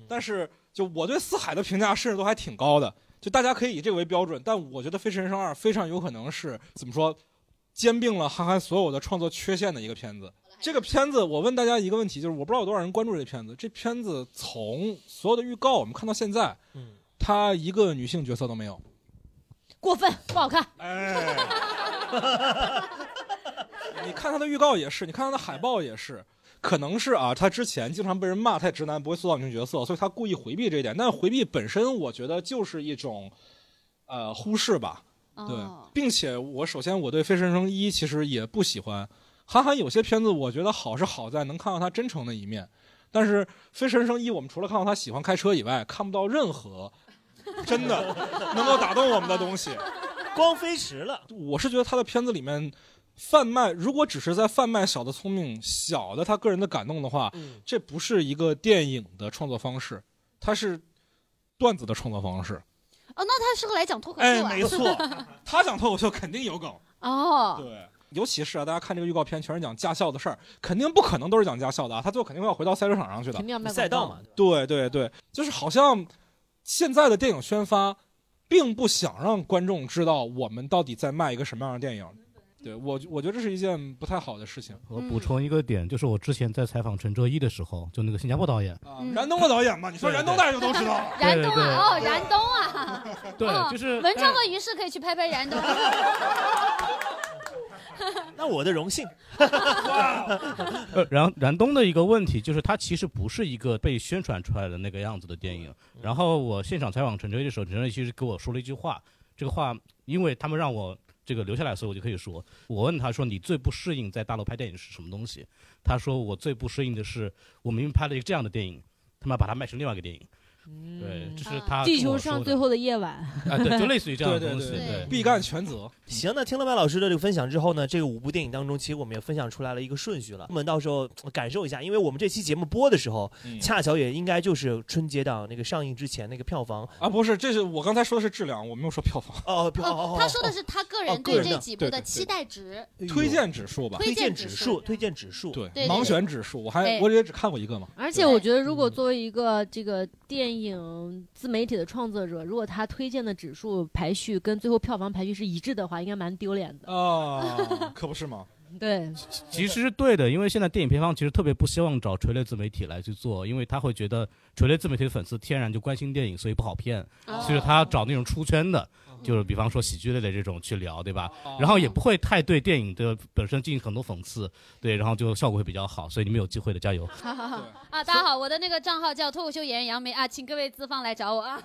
S3: 但是就我对四海的评价甚至都还挺高的，就大家可以以这个为标准，但我觉得《飞驰人生二》非常有可能是怎么说，兼并了韩寒所有的创作缺陷的一个片子。这个片子，我问大家一个问题，就是我不知道有多少人关注这片子。这片子从所有的预告我们看到现在，
S1: 嗯
S3: 他一个女性角色都没有。
S4: 过分，不好看。
S3: 哎，你看他的预告也是，你看他的海报也是，可能是啊，他之前经常被人骂太直男，不会塑造女性角色，所以他故意回避这一点。但回避本身，我觉得就是一种呃忽视吧。对，
S2: 哦
S3: 并且我首先我对《飞驰人生一》其实也不喜欢。韩寒有些片子我觉得好是好在能看到他真诚的一面，但是《飞驰人生一》我们除了看到他喜欢开车以外，看不到任何真的 能够打动我们的东西。
S1: 光飞驰了。
S3: 我是觉得他的片子里面贩卖，如果只是在贩卖小的聪明、小的他个人的感动的话，
S1: 嗯
S3: 这不是一个电影的创作方式，它是段子的创作方式。
S1: 嗯
S2: 哦，那他适合来讲脱口秀
S3: 哎，
S2: 啊
S3: 没。错，他讲脱口秀肯定有梗。
S2: 哦，
S3: 对，尤其是啊，大家看这个预告片，全是讲驾校的事儿，肯定不可能都是讲驾校的啊，他最后肯定会要回到赛车场上去的
S4: 肯定要卖
S1: 赛
S4: 广
S1: 道
S4: 告
S1: 嘛，，
S3: 对对对，就是好像现在的电影宣发，并不想让观众知道我们到底在卖一个什么样的电影。对我，我觉得这是一件不太好的事情
S5: 我补充一个点，就是我之前在采访陈哲一的时候，就那个新加坡导演，
S3: 啊
S2: 嗯。
S3: 燃冬的导演嘛，你说燃冬大家就都知道了。
S2: 燃冬
S5: 对对
S2: 啊，哦，燃冬啊，
S5: 对
S2: 哦，
S5: 就是
S2: 文超和于适可以去拍拍燃冬。
S1: 那我的荣幸。
S5: 呃，然后燃冬的一个问题就是，它其实不是一个被宣传出来的那个样子的电影。然后我现场采访陈哲一的时候，陈哲一其实给我说了一句话，这个话因为他们让我这个留下来，所以我就可以说。我问他说：“你最不适应在大陆拍电影是什么东西？”他说：“我最不适应的是，我明明拍了一个这样的电影，他妈把它卖成另外一个电影。”对，这是他
S4: 地
S5: 跟
S4: 球
S5: 我说
S4: 上
S5: 的
S4: 最后的夜晚，
S5: 啊， 对，就类似于这样的
S3: 对对
S5: 东西，
S3: 对
S2: 对
S5: 对嗯
S3: 必干全责，
S1: 行，那听了麦老师的这个分享之后呢，这个五部电影当中，其实我们也分享出来了一个顺序了。我们到时候呃感受一下，因为我们这期节目播的时候，
S3: 嗯
S1: 恰巧也应该就是春节档那个上映之前那个票房
S3: 啊，不是，这是我刚才说的是质量，我没有说票
S5: 哎
S3: 房
S1: 哦，票
S2: 哦
S1: 哦，
S2: 他说的是他个
S1: 哦
S2: 人
S1: 个
S2: 对
S1: 人
S2: 这
S1: 的
S2: 几
S3: 对
S2: 部的
S3: 对对
S2: 期待值，
S3: 推荐指数吧，
S2: 推
S1: 推荐
S2: 荐指
S1: 数，
S2: 数
S1: 推荐指数，
S3: 对
S2: 对，
S3: 盲
S2: 对
S3: 选指数，我还
S2: 对
S3: 我也只看过一个嘛。
S4: 而且我觉得，如
S1: 嗯
S4: 果作为一个这个电影自媒体的创作者，如果他推荐的指数排序跟最后票房排序是一致的话，应该蛮丢脸的。
S3: 啊，可不是嘛，
S4: 对，
S5: 其实是对的，因为现在电影片方其实特别不希望找垂类自媒体来去做，因为他会觉得垂类自媒体的粉丝天然就关心电影，所以不好骗。
S2: 哦
S5: 所以他找那种出圈的，就是比方说喜剧类的这种去聊，对吧？
S3: 哦
S5: 然后也不会太对电影的本身进行很多讽刺，对，然后就效果会比较好。所以你们有机会的，加油！
S2: 好好好啊！大家好，我的那个账号叫脱口秀演员杨梅啊，请各位资方来找我啊。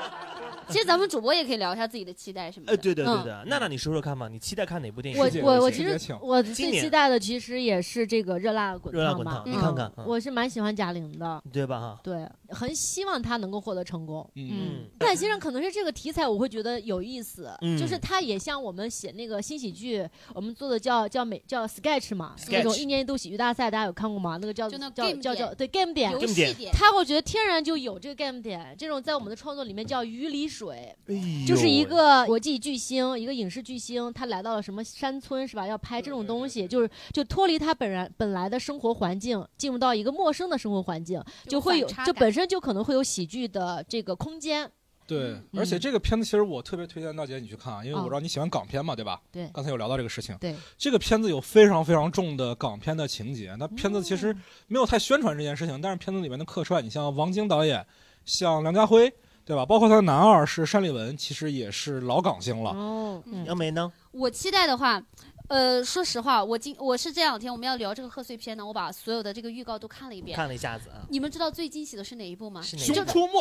S2: 其实咱们主播也可以聊一下自己的期待什么的。
S1: 呃，对的对
S2: 嗯
S1: 的。娜娜，你说说看吧，你期待看哪部电影？
S4: 我
S3: 世界
S4: 我我
S3: 世
S4: 其
S3: 界
S4: 实
S3: 请
S4: 我
S1: 今
S4: 最
S1: 年
S4: 期待的其实也是这个热辣滚
S1: 热辣
S4: 烫
S1: 滚
S4: 吧
S1: 烫，你
S2: 嗯
S1: 看看，嗯
S4: 我是蛮喜欢贾玲的，
S1: 对吧？哈，
S4: 对，很希望她能够获得成功。
S3: 嗯，
S1: 嗯，
S4: 范先生可能是这个题材，我会觉得有意思，
S1: 嗯
S4: 就是他也像我们写那个新喜剧，我们做的叫叫美叫 sketch 嘛那种
S1: Sketch
S4: 一年一度喜剧大赛，大家有看过吗？那个叫
S2: 就那
S4: 叫
S2: game
S4: 叫
S2: 点
S4: 叫对 game 点。
S2: 游戏点，
S4: 他我觉得天然就有这个 game 点，这种在我们的创作里面叫鱼里水，
S1: 哎呦
S4: 就是一个国际巨星，一个影视巨星，他来到了什么山村是吧？要拍这种东西，就是就脱离他本然本来的生活环境，进入到一个陌生的生活环境，就会有
S2: 反差
S4: 就
S2: 感
S4: 本身就可能会有喜剧的这个空间。
S3: 对，而且这个片子其实我特别推荐娜姐你去看啊，因为我
S4: 哦
S3: 知道你喜欢港片嘛，对吧？
S4: 对
S3: 刚才有聊到这个事情。
S4: 对，
S3: 这个片子有非常非常重的港片的情节，那片子其实没有太宣传这件事情，但是片子里面的客串，你像王晶导演，像梁家辉，对吧？包括他的男二是单立文，其实也是老港星了。
S4: 哦，
S2: 嗯
S1: 杨梅呢？
S2: 我期待的话，呃，说实话，我今我是这两天我们要聊这个贺岁片呢，我把所有的这个预告都看了一遍。
S1: 看了一下子啊，
S2: 你们知道最惊喜的是哪一部吗？
S1: 是
S3: 熊
S1: 哪个？
S3: 出没，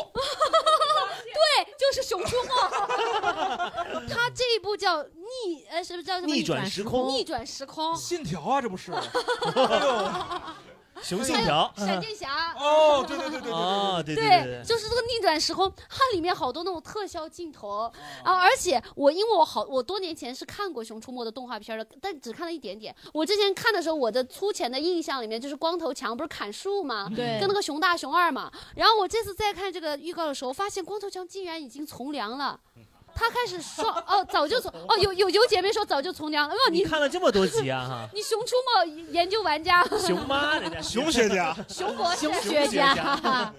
S2: 对，就是《熊出没》。 他这一部叫逆，呃，是不是叫什么？
S1: 逆转时空
S2: 逆转时空，
S3: 信条啊，这不是？
S1: 熊信条
S2: 闪电侠。
S3: 哦，对对对对对
S1: 哦，对对
S2: 对，，就是这个逆转时空，它里面好多那种特效镜
S1: 哦
S2: 头啊！而且我因为我好，我多年前是看过《熊出没》的动画片的，但只看了一点点。我之前看的时候，我的粗浅的印象里面就是光头强不是砍树吗？
S4: 对
S2: 跟那个熊大、熊二嘛。然后我这次再看这个预告的时候，发现光头强竟然已经从良了。他开始说哦，早就从哦，有有有姐妹说早就从良了。哦，
S1: 你
S2: 你，
S1: 看了这么多集啊哈
S2: 你熊出没研究玩家，
S1: 熊妈人家
S3: 对，熊学家。
S2: 熊博士
S1: 熊，
S4: 学
S1: 家
S4: 家，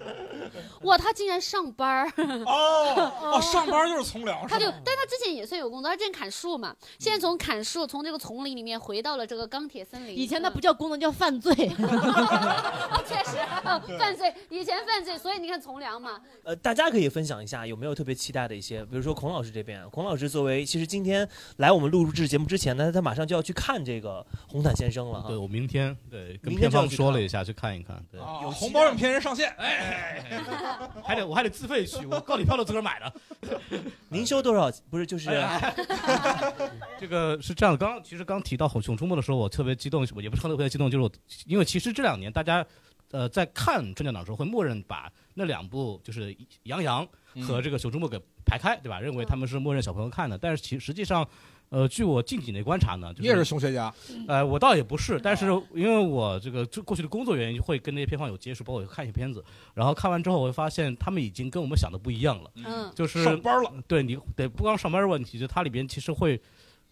S2: 哇，他竟然上班儿。
S3: 哦哦，上班就是从良，是
S2: 他
S3: 吧
S2: 就，但他之前也算有工作，他之前砍树嘛，现在从砍树从这个丛林里面回到了这个钢铁森林。
S4: 以前那
S2: 他
S4: 不叫功能，叫犯罪。
S2: 确实、嗯犯罪，以前犯罪，所以你看从良嘛，
S1: 呃，大家可以分享一下有没有特别期待的一些，比如说孔老师这边，孔老师作为其实今天来我们录制节目之前呢，他马上就要去看这个《红毯先生》了哈
S5: 对。我明天对跟
S1: 明天
S5: 片
S1: 就要
S5: 方
S1: 去
S5: 说了
S1: 看
S5: 一下，去看一看。对，
S3: 啊
S1: 有期
S3: 红包让骗人上线，哎，
S5: 还得我还得自费去，我高铁票都自个儿买的。
S1: 您收多少？不是就是
S5: 这个是这样的，刚刚其实刚提到《熊出没》的时候，我特别激动，我也不是特别激动，就是我因为其实这两年大家呃在看春节档的时候，会默认把那两部就是《杨洋》
S3: 哎
S5: 和这个《熊出没》给排开，对吧？认为他们是默认小朋友看的，但是其实际上。呃，据我近几年观察呢，就
S3: 你也是熊学家，
S5: 呃，我倒也不是，但是因为我这个就过去的工作原因，会跟那些片方有接触，包括看一些片子，然后看完之后，我会发现他们已经跟我们想的不一样了，
S2: 嗯，
S5: 就是
S3: 上班了，
S5: 对你得不光上班的问题，就它里边其实会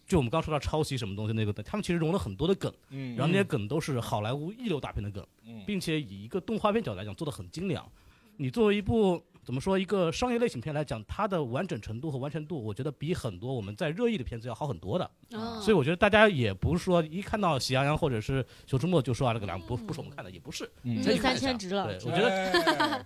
S5: 就我们刚说到抄袭什么东西那个，他们其实融了很多的梗，
S3: 嗯，
S5: 然后那些梗都是好莱坞一流大片的梗，
S3: 嗯
S5: 并且以一个动画片角度来讲做的很精良。你作为一部怎么说一个商业类型片来讲，它的完整程度和完成度，我觉得比很多我们在热议的片子要好很多的。
S2: 嗯
S5: 所以我觉得大家也不是说一看到《喜羊羊》或者是《熊出没》就说啊这个凉不不是我们看的，也不是。
S3: 嗯
S5: 再
S4: 这
S5: 去看
S4: 三
S5: 一下
S4: 千值了
S5: 对，，我觉 得
S3: 得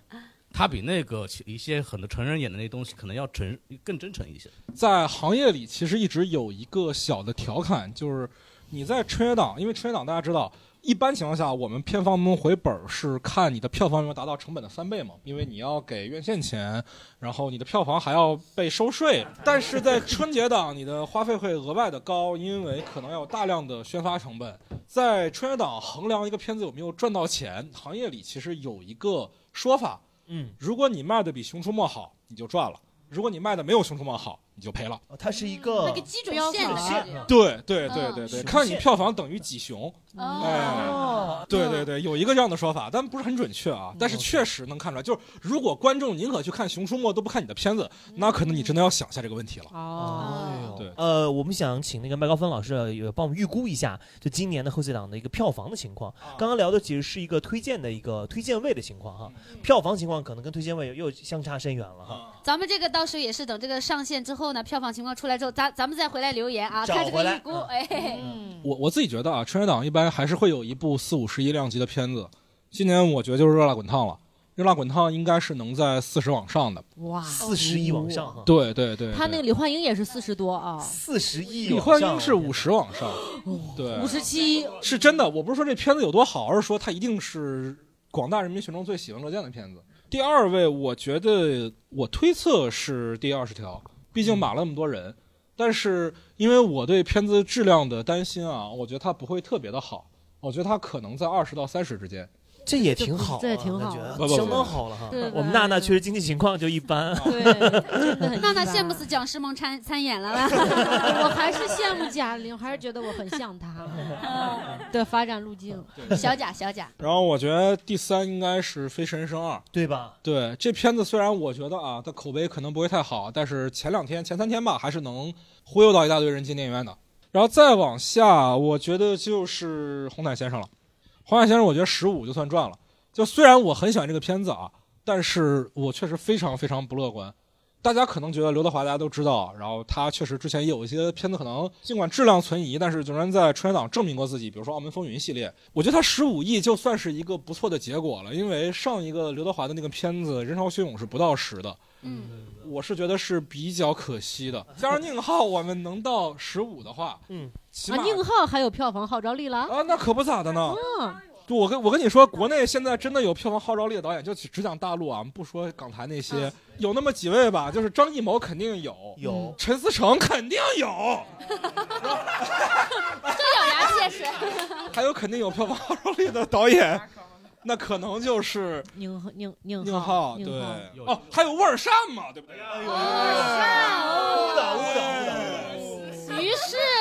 S5: 它比那个其一些很多成人演的那东西可能要真更真诚一些。
S3: 在行业里其实一直有一个小的调侃，就是你在春节档，因为春节档大家知道，一般情况下我们片方们回本儿是看你的票房有没有达到成本的三倍嘛，因为你要给院线钱，然后你的票房还要被收税。但是在春节档，你的花费会额外的高，因为可能要有大量的宣发成本。在春节档衡量一个片子有没有赚到钱，行业里其实有一个说法，
S1: 嗯，
S3: 如果你卖的比《熊出没》好，你就赚了；如果你卖的没有《熊出没》好，你就赔了。
S1: 哦它是一个
S2: 嗯那个基准
S4: 标
S2: 线的
S4: 杆
S2: 感
S1: 线
S2: 觉，
S3: 对对对
S2: 嗯
S3: 对对，
S1: 是
S3: 看
S1: 线
S3: 你票房等于几熊，
S2: 哦，
S1: 哦，
S3: 啊对对对，有一个这样的说法，但不是很准确啊，但是确实能看出来，就是如果观众宁可去看《熊出没》都不看你的片子，那可能你真的要想一下这个问题了。
S4: 哦，
S1: 哎呦
S3: 对
S1: 呃，我们想请那个麦高芬老师呃也帮我们预估一下，就今年的贺岁档的一个票房的情况。刚刚聊的其实是一个推荐的一个推荐位的情况哈，票房情况可能跟推荐位又又相差甚远了哈。
S3: 啊，
S2: 咱们这个到时候也是等这个上线之后呢，票房情况出来之后，咱咱们再回来留言啊，
S1: 找
S2: 看这
S1: 回
S2: 个
S1: 来
S2: 预估，
S1: 嗯
S2: 哎，
S4: 嗯，
S3: 我我自己觉得啊，春节档一般还是会有一部四五十亿量级的片子，今年我觉得就是《热辣滚烫》了，《热辣滚烫》应该是能在四十往上的。
S4: 哇，
S1: 四十亿往上哈，
S3: 对对对，
S4: 他那个
S3: 对
S4: 李焕英也是四十多啊，
S1: 四十亿
S3: 李
S1: 往
S3: 焕
S1: 上
S3: 英是五，十往上，对，
S4: 五十七，
S3: 是真的，我不是说这片子有多好，而是说它一定是广大人民群众最喜闻乐见的片子。第二位，我觉得我推测是第二十条，毕竟码了那么多人。但是因为我对片子质量的担心啊，我觉得它不会特别的好，我觉得它可能在二十到三十之间。
S1: 这也挺好啊，
S4: 这也挺
S1: 感
S4: 好
S1: 觉
S3: 不不不
S1: 相当好了哈
S4: 对。
S1: 我们
S4: 吧
S1: 娜娜确实经济情况就一般，
S4: 对，真 的很
S2: 娜娜
S4: 意外
S2: 羡慕死蒋诗萌参参演了 啦。
S4: 我还是羡慕贾玲，还是觉得我很像她啊的发展路径。
S2: 小贾，小贾，
S3: 然后我觉得第三应该是《飞驰人生二》。
S1: 对吧？
S3: 对这片子，虽然我觉得啊，它口碑可能不会太好，但是前两天、前三天吧，还是能忽悠到一大堆人进电影院的。然后再往下，我觉得就是《红毯先生》了，《红毯先生》我觉得十五就算赚了。就虽然我很喜欢这个片子啊，但是我确实非常非常不乐观。大家可能觉得刘德华大家都知道，然后他确实之前也有一些片子可能尽管质量存疑，但是仍然在春节档证明过自己，比如说《澳门风云》系列，我觉得他十五亿就算是一个不错的结果了，因为上一个刘德华的那个片子《人潮汹涌》是不到十的，
S2: 嗯，
S3: 我是觉得是比较可惜的。加上宁浩，我们能到十五的话，
S1: 嗯，
S3: 起
S4: 啊，
S3: 码
S4: 宁浩还有票房号召力了。
S3: 啊，那可不咋的呢。
S4: 嗯，
S3: 就我跟我跟你说，国内现在真的有票房号召力的导演，就只只讲大陆啊，不说港台那
S4: 啊
S3: 些，有那么几位吧，就是张艺谋肯定有，
S1: 有
S3: 陈思诚肯定有，
S2: 咬牙切齿。
S3: 还有肯定有票房号召力的导演，那可能就是
S4: 宁浩宁宁
S3: 宁浩，
S4: 宁
S3: 对
S4: 浩，
S5: 有，
S3: 哦，还有沃尔善嘛，对不对？
S2: 哦，
S1: 哎误导误导误导。
S3: 哎
S2: 于是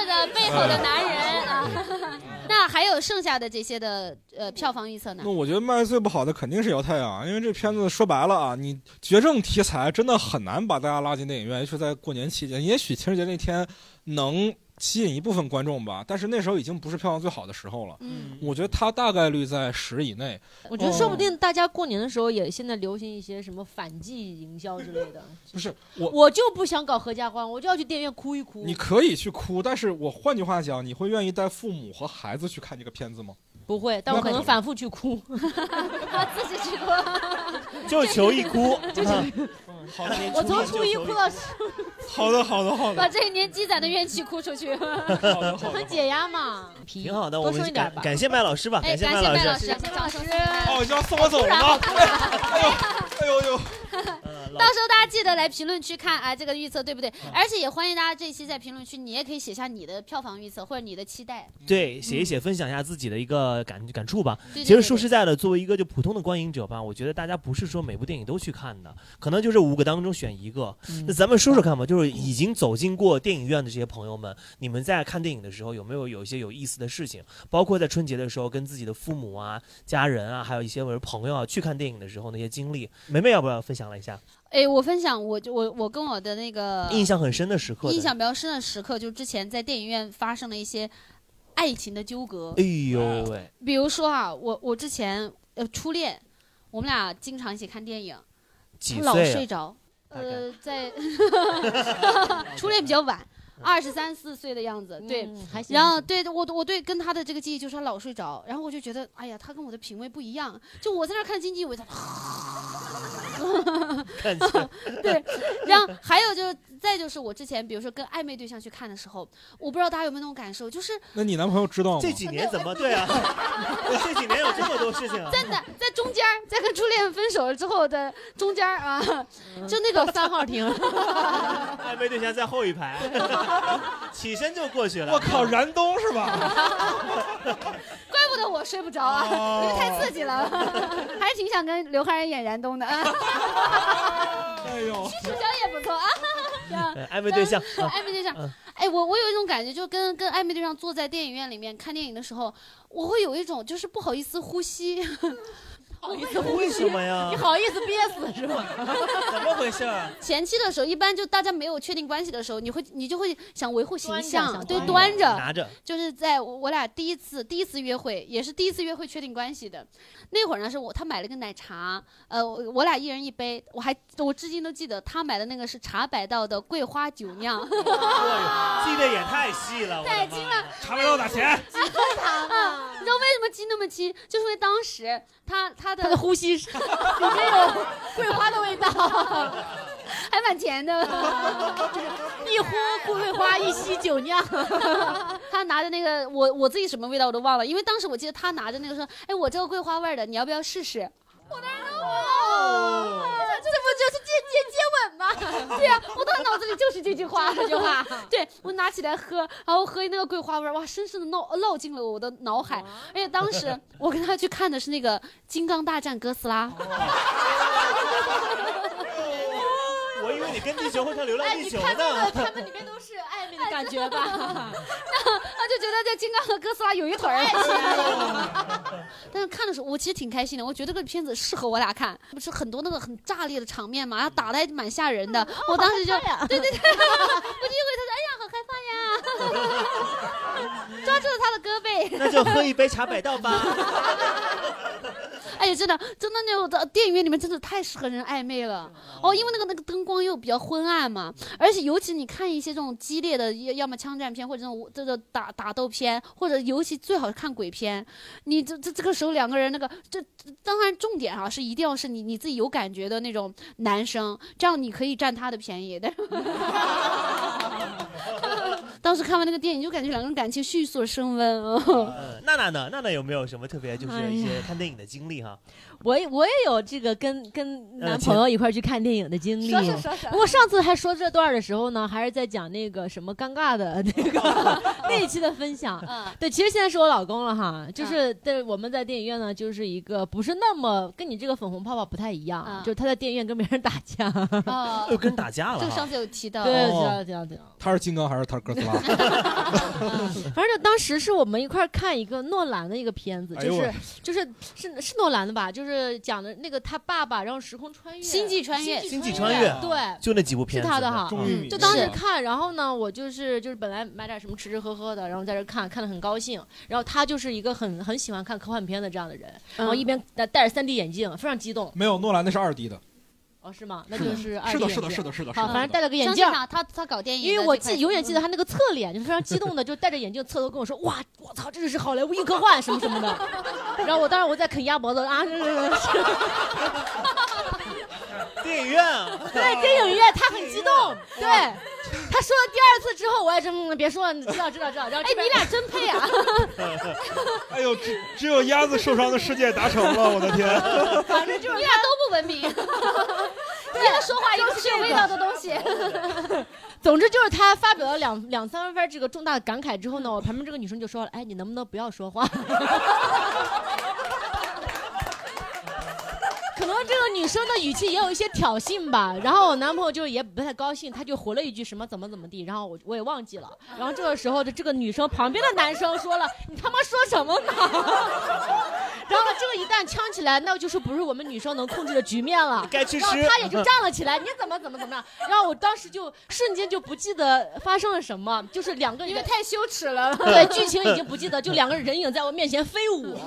S2: 的背后的男人啊， 那还有剩下的这些的呃票房预测呢
S3: 那？我觉得卖最不好的肯定是《摇太阳》，因为这片子说白了啊，你绝症题材真的很难把大家拉进电影院，尤其在过年期间。也许情人节那天能吸引一部分观众吧，但是那时候已经不是票房最好的时候了。
S2: 嗯，
S3: 我觉得它大概率在十以内。
S4: 我觉得说不定大家过年的时候也现在流行一些什么反季营销之 类的。
S3: 不是我
S4: 我就不想搞合家欢，我就要去电影院哭一哭
S3: 你。可以去哭，但是我换句话讲，你会愿意带父母和孩子去看这个片子吗？
S4: 不会，但我
S3: 那
S4: 可能
S3: 可
S4: 反复去哭。
S2: 他自己去过。
S1: 就是求一啊哭，
S4: 我从初一哭到
S3: 好的，好的，好
S2: 把这一年积攒的怨气哭出去。
S3: 的， 好的，好
S4: 很解压嘛。
S1: 挺好的。我
S4: 多说
S1: 们
S4: 一点吧。
S1: 感谢麦老师吧，
S2: 哎，
S1: 谢
S2: 感
S1: 麦
S2: 谢麦
S1: 师
S2: 老。师，掌声。
S3: 哦，你要送我走了吗？哎呦，哎呦呦！
S1: 呃老
S2: 到时候大家记得来评论区看啊，这个预测对不对？
S1: 嗯
S2: 而且也欢迎大家这期在评论区，你也可以写下你的票房预测或者你的期待。
S1: 对，写一写，分享一下自己的一个感感触吧。
S2: 对对
S1: 其
S2: 对
S1: 实说实在的，作为一个就普通的观影者吧，我觉得大家不是说每部电影都去看的，可能就是五个当中选一个。
S2: 嗯
S1: 那咱们说说看吧，就是已经走进过电影院的这些朋友们，你们在看电影的时候有没有有一些有意思的事情？包括在春节的时候跟自己的父母啊、家人啊，还有一些我的朋友啊去看电影的时候那些经历，梅梅要不要分享了一下？
S2: 哎，我分享我就我我跟我的那个
S1: 印象很深的时刻的。
S2: 呃印象比较深的时刻，就之前在电影院发生了一些爱情的纠葛。
S1: 哎呦喂，
S2: 比如说啊，我我之前呃初恋，我们俩经常一起看电影，
S1: 几
S2: 他老
S1: 岁啊
S2: 睡着，
S1: 大概
S2: 呃，在 初恋比较晚，二十三四岁的样子，对。
S4: 还行。
S2: 然后对我我对跟他的这个记忆就是他老睡着，然后我就觉得哎呀，他跟我的品味不一样。就 我在那儿看经济，我在
S1: 看起 来
S2: 对，然后还有就是，再就是我之前，比如说跟暧昧对象去看的时候，我不知道大家有没有那种感受，就是
S3: 那你男朋友知道吗？
S1: 这几年怎么 对啊？这几年有这么多事情啊！
S2: 真的在中间儿，在跟初恋分手了之后的中间儿啊，就那个三号厅，
S1: 暧昧对象在后一排， 起身就过去了。嗯
S3: 我靠，燃冬是吧？
S2: 怪不得我睡不着啊，因为太刺激了， 还是挺想跟刘汉仁演燃冬的 啊，
S3: 哎呦，
S2: 楚乔也不错啊。这样
S1: 对暧昧对 象，啊
S2: 暧昧对象
S1: 嗯，
S2: 哎，我我有一种感觉，就跟跟暧昧对象坐在电影院里面看电影的时候，我会有一种就是不好意思呼吸， 我会有
S1: 为什么呀
S4: 你？好意思憋死是吧？
S9: 怎么回事儿？
S2: 前期的时候，一般就大家没有确定关系的时候，你会你就会想维护形象，
S4: 端着想
S2: 对，
S4: 端
S2: 端着。
S1: 拿着，
S2: 就是在我我俩第一次第一次约会，也是第一次约会确定关系的那会儿呢，是我他买了个奶茶，呃，我我俩一人一杯，我还我至今都记得他买的那个是茶百道的桂花酒酿，
S1: 哎呦记得也太细了，
S2: 太
S1: 精
S2: 精
S1: 了。
S3: 查不到打钱。
S2: 啊，你知道为什么记那么清？就是因为当时他他的
S4: 他的呼吸是 里面有桂花的味道，
S2: 还蛮甜的。
S4: 一呼桂花，一吸酒酿。
S2: 他拿着那个，我我自己什么味道我都忘了，因为当时我记得他拿着那个说，哎，我这个桂花味儿的，你要不要试试？我当时说，哇，这不就是接接接吻吗？对呀、我当时脑子里就是这句话，这句话。对我拿起来喝，然后喝那个桂花味儿，哇，深深的烙烙进了我的脑海。而且当时我跟他去看的是那个《金刚大战哥斯拉》，
S1: 我以为你跟地球会唱《流浪地
S4: 哎
S1: 球》呢。
S2: 他们里面都是暧昧的
S4: 感觉吧，
S2: 他就觉得这金刚和哥斯拉有一腿儿。 但是看的时候，我其实挺开心的，我觉得这个片子适合我俩看，不是很多那个很炸裂的场面嘛，然后打的还蛮吓人的。我当时就，对对对，我就以为 他哎说，哎呀，好害怕呀，抓住了他的胳膊。
S1: 那就喝一杯茶百道吧。
S2: 哎呀，真的，真的，那种呃电影院里面真的太适合人暧昧了哦，因为那个那个灯光又比较昏暗嘛，而且尤其你看一些这种激烈的，要要么枪战片或者这种这种打打斗片，或者尤其最好是看鬼片，你这这这个时候两个人那个这这当然重点啊是一定要是你你自己有感觉的那种男生，这样你可以占他的便宜 的。当时看完那个电影，就感觉两个人感情迅速地升 温哦。
S1: 呃娜娜呢？娜娜有没有什么特别，就是一些看电影的经历
S3: 哎
S1: 哈？
S4: 我也我也有这个跟跟男朋友一块儿去看电影的经历。
S2: 说说
S4: 不过上次还说这段儿的时候呢，还是在讲那个什么尴尬的 那个那一期的分享。
S2: 嗯
S4: 对，其实现在是我老公了哈，就是对我们在电影院呢，就是一个不是那么跟你这个粉红泡泡不太一样，
S2: 啊
S4: 就是他在电影院跟别人打架。
S2: 啊
S1: 又，跟人打架了
S2: 就上
S1: 哈。
S2: 次有提到，
S4: 对，这
S3: 哦
S4: 样这样这样。
S3: 他是金刚还是他是哥斯拉？
S4: 反正就当时是我们一块儿看一个诺兰的一个片子，
S3: 哎
S4: 就
S3: 呦
S4: 是、
S3: 喂
S4: 就是是是诺兰的吧，就是讲的那个他爸爸，然后时空穿越，
S2: 星际穿越
S1: 星际穿
S4: 穿
S1: 越
S3: 啊
S4: 对。
S1: 就那几部片子。
S4: 是他的哈
S3: 终于明白
S4: 就当时
S3: 了
S4: 看，然后呢，我就是就是本来买点什么吃吃喝喝的，然后在这看，看的很高兴。然后他就是一个很很喜欢看科幻片的这样的人，然
S2: 嗯
S4: 后一边戴戴着 3D 眼镜，非常激动。
S3: 没有，诺兰那是二 D 的。
S4: 哦，是吗？那
S3: 是的
S4: 就是二
S3: 是
S4: D
S3: 的，
S4: 眼
S3: 是
S4: 镜。
S3: 的，是的，是的。
S4: 好，反正戴了个眼
S2: 相
S4: 镜
S2: 信。他，他他搞电影的这
S4: 因
S2: 块，
S4: 为我记永远
S2: 嗯
S4: 记得他那个侧脸，就非常激动的，就戴着眼镜侧头跟我说：“哇，我操，这就是好莱坞硬科幻什么什么的。”然后我当时我在啃鸭脖子啊，是是是，
S1: 电影院啊，
S4: 嗯对，电影院他很激动，对，他说了第二次之后，我也是嗯别说了，知道知道知道。然后
S2: 哎
S4: 这，边
S2: 你俩真配啊！
S3: 哎呦，只只有鸭子受伤的世界达成了，我的天！
S4: 反正就是
S2: 你俩都不文 明，一个说话，一个是有味道的东西。
S4: 总之就是他发表了两两三番这个重大的感慨之后呢，我旁边这个女生就说了：“哎，你能不能不要说话？” 可能这个女生的语气也有一些挑衅吧。然后我男朋友就也不太高兴，他就回了一句什么怎么怎么地，然后我我也忘记了。然后这个时候的这个女生旁边的男生说了：“你他妈说什么呢？” 然后这个一旦呛起来，那就是不是我们女生能控制的局面了。
S1: 该吃
S4: 然后
S1: 吃
S4: 他也就站了起来，你怎么怎么怎么样？然后我当时就瞬间就不记得发生了什么，就是两个人
S2: 因为太羞耻了。
S4: 对剧情已经不记得，就两个人影在我面前飞舞。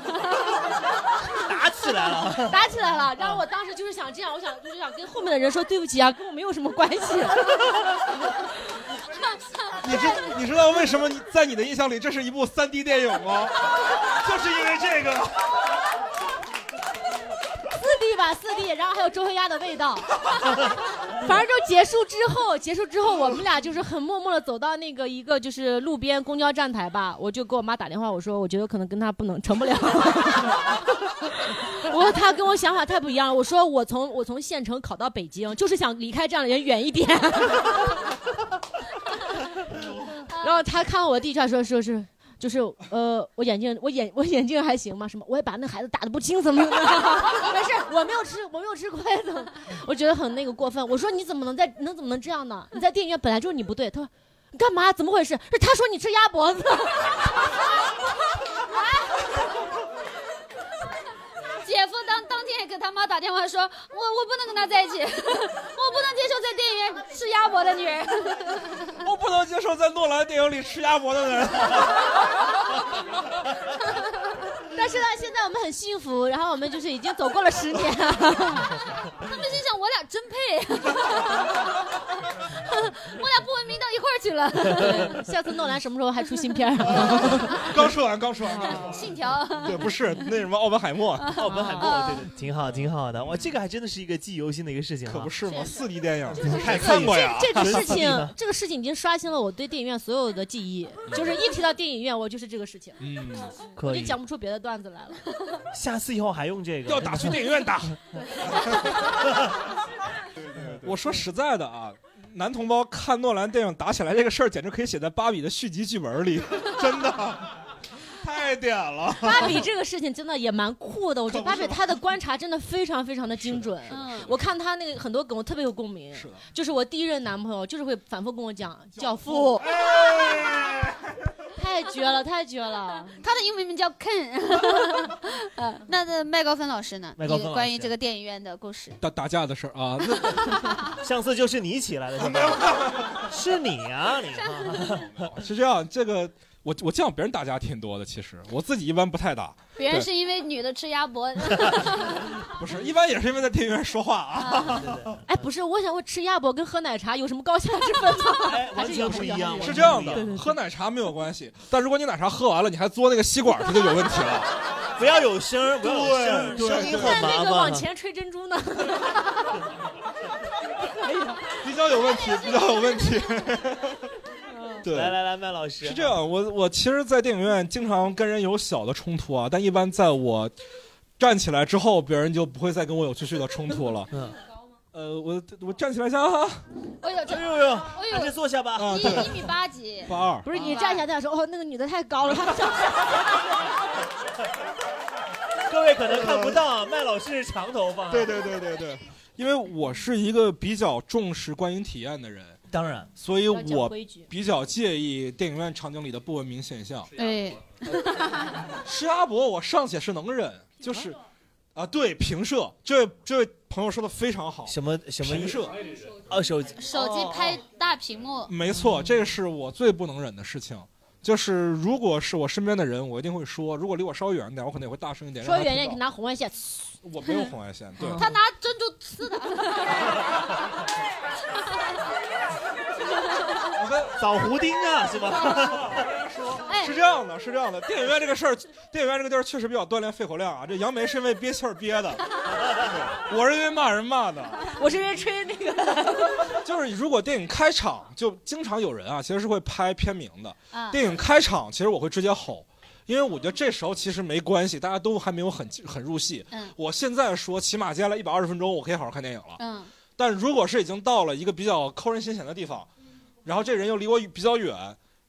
S1: 打起来了。
S4: 打起来了。然后我当时就是想这样，我想就是想跟后面的人说对不起啊，跟我没有什么关系。
S3: 你知你知道为什么你在你的印象里这是一部三 D 电影吗？
S1: 就是因为这个，
S4: 四 D 吧，四 D，然后还有周黑鸭的味道。反正就结束之后，结束之后，我们俩就是很默默的走到那个一个就是路边公交站台吧，我就给我妈打电话，我说我觉得可能跟他不能成不了。我说他跟我想法太不一样了，我说我从我从县城考到北京，就是想离开这样的人远一点。 然后他看我弟出来说说是。就是呃，我眼镜，我眼我眼镜还行吗？什么？我也把那孩子打得不轻，怎么怎么样？没事，我没有吃，我没有吃亏的。我觉得很那个过分。我说你怎么能在能怎么能这样呢？你在电影院本来就是你不对。他说你干嘛？怎么回事？是他说你吃鸭脖 子。
S2: 姐夫当当天也给他妈打电话说，我我不能跟他在一起，我 不能接受在电影院吃鸭脖的女人。
S3: 我不能接受在诺兰电影里吃鸭脖的人。
S4: 但是呢，现在我们很幸福，然后我们就是已经走过了十年。
S2: 他们心想我俩真配，啊 我俩不文明到一块儿去了。
S4: 下次诺兰什么时候还出新片儿啊？
S3: 刚说完，刚说完。
S2: 信条，
S3: 对，不是那什么奥本海默，
S1: 奥本海默，对对，挺好，挺好的。哇，这个还真的是一个记忆犹新的一个事情
S3: 可
S1: 啊
S3: 不。是吗？四 D 电影，
S1: 你看
S3: 看过呀
S4: 这个
S1: 真
S4: 事
S1: 刺激呢
S4: 情，这个事情已经刷新了我对电影院所有的记忆，就是一提到电影院，我就是这个事情，
S3: 嗯，
S4: 我
S1: 可
S4: 就
S1: 以。
S4: 讲不出别的段子来了。
S1: 下次以后还用这个。
S3: 要打去电影 院打。我说实在的啊，男同胞看诺兰电影打起来这个事儿，简直可以写在芭比的续集剧本 里，真的太点了。
S4: 芭比这个事情真的也蛮酷的，我觉得芭比她的观察真的非常非常的精准。
S2: 嗯，
S4: 我看她那个很多梗，我特别有共鸣。
S3: 是的，
S4: 就是我第一任男朋友，就是会反复跟我讲《教父》， 太绝了，太绝了。
S2: 他的英文名叫 Ken。呃，那那麦高芬老师呢？
S1: 麦高芬
S2: 你
S1: 老师
S2: 关于这个电影院的故事，
S3: 打打架的事儿啊，那
S1: 上次就是你起来 了，是吧 是你啊，你啊
S3: 是这样，这个我我见过别人打架挺多的，其实我自己一般不太打，
S2: 别人是因为女的吃鸭脖，
S3: 不是，一般也是因为在电影院说话啊。
S4: 哎，不是，我想问，吃鸭脖跟喝奶茶有什么高下之分吗？
S1: 哎，
S4: 还
S1: 完
S4: 是
S1: 全
S4: 有
S1: 不一样，
S3: 是这样
S1: 完全不一
S3: 的，喝奶茶没有关系，但如果你奶茶喝完了，你还嘬那个吸管，这就有问题 了。
S1: 样，不要有声儿，不要有声儿，
S3: 对
S1: 声音
S3: 对
S1: 很
S4: 但
S1: 麻
S4: 那个
S1: 烦
S4: 往
S1: 啊。
S4: 前吹珍珠呢？
S3: 比较有问题，比较有问题。 对，
S1: 来来来，麦老师
S3: 是这，样，我我其实，在电影院经常跟人有小的冲突啊，但一般在我站起来之后，别人就不会再跟我有继续的冲突了。
S1: 嗯
S3: 呃，我我站起来一下啊，
S2: 我有这
S1: 哎，呦呦，
S2: 我
S1: 还是
S2: 有
S1: 坐下吧。
S3: 啊，对，
S2: 一一米八几，
S3: 八二，
S4: 不是，你站起来他说，哦，那个女的太高了，她长
S1: 各位可能看不到啊，麦老师是长头发。
S3: 对，对对对对，因为我是一个比较重视观影体验的人，
S1: 当然，
S3: 所以
S4: 要讲
S3: 我
S4: 规矩。
S3: 比较介意电影院场景里的不文明现象。
S2: 对，
S3: 吃鸭脖我尚且是能忍，就是啊，对平射，这位这位朋友说的非常好，
S1: 什么什么
S3: 平射，
S1: 哦，手机
S2: 手机拍大屏幕，
S3: 没错，这个是我最不能忍的事情。就是如果是我身边的人，我一定会说；如果离我稍微远一点，我可能也会大声一点。
S4: 说
S3: 让他
S4: 远点，嗯
S3: 听
S4: 你
S3: 到
S4: 拿红外线。
S3: 我没有红外线，对，
S2: 他拿珍珠刺的，
S3: 我跟
S1: 枣胡丁啊，是吧？
S2: 哎
S3: 是，这样的，是这样的。电影院这个事儿，电影院这个地儿确实比较锻炼肺活量啊。这杨梅是因为憋气儿憋的，对我是因为骂人骂的。
S4: 我是因为吹那个。
S3: 就是如果电影开场就经常有人啊，其实是会拍片名的。
S2: 啊，
S3: 电影开场其实我会直接吼，因为我觉得这时候其实没关系，大家都还没有很很入戏。
S2: 嗯
S3: 我现在说，起码接下来一百二十分钟我可以好好看电影了。
S2: 嗯，
S3: 但如果是已经到了一个比较扣人心弦的地方，
S2: 嗯
S3: 然后这人又离我比较远，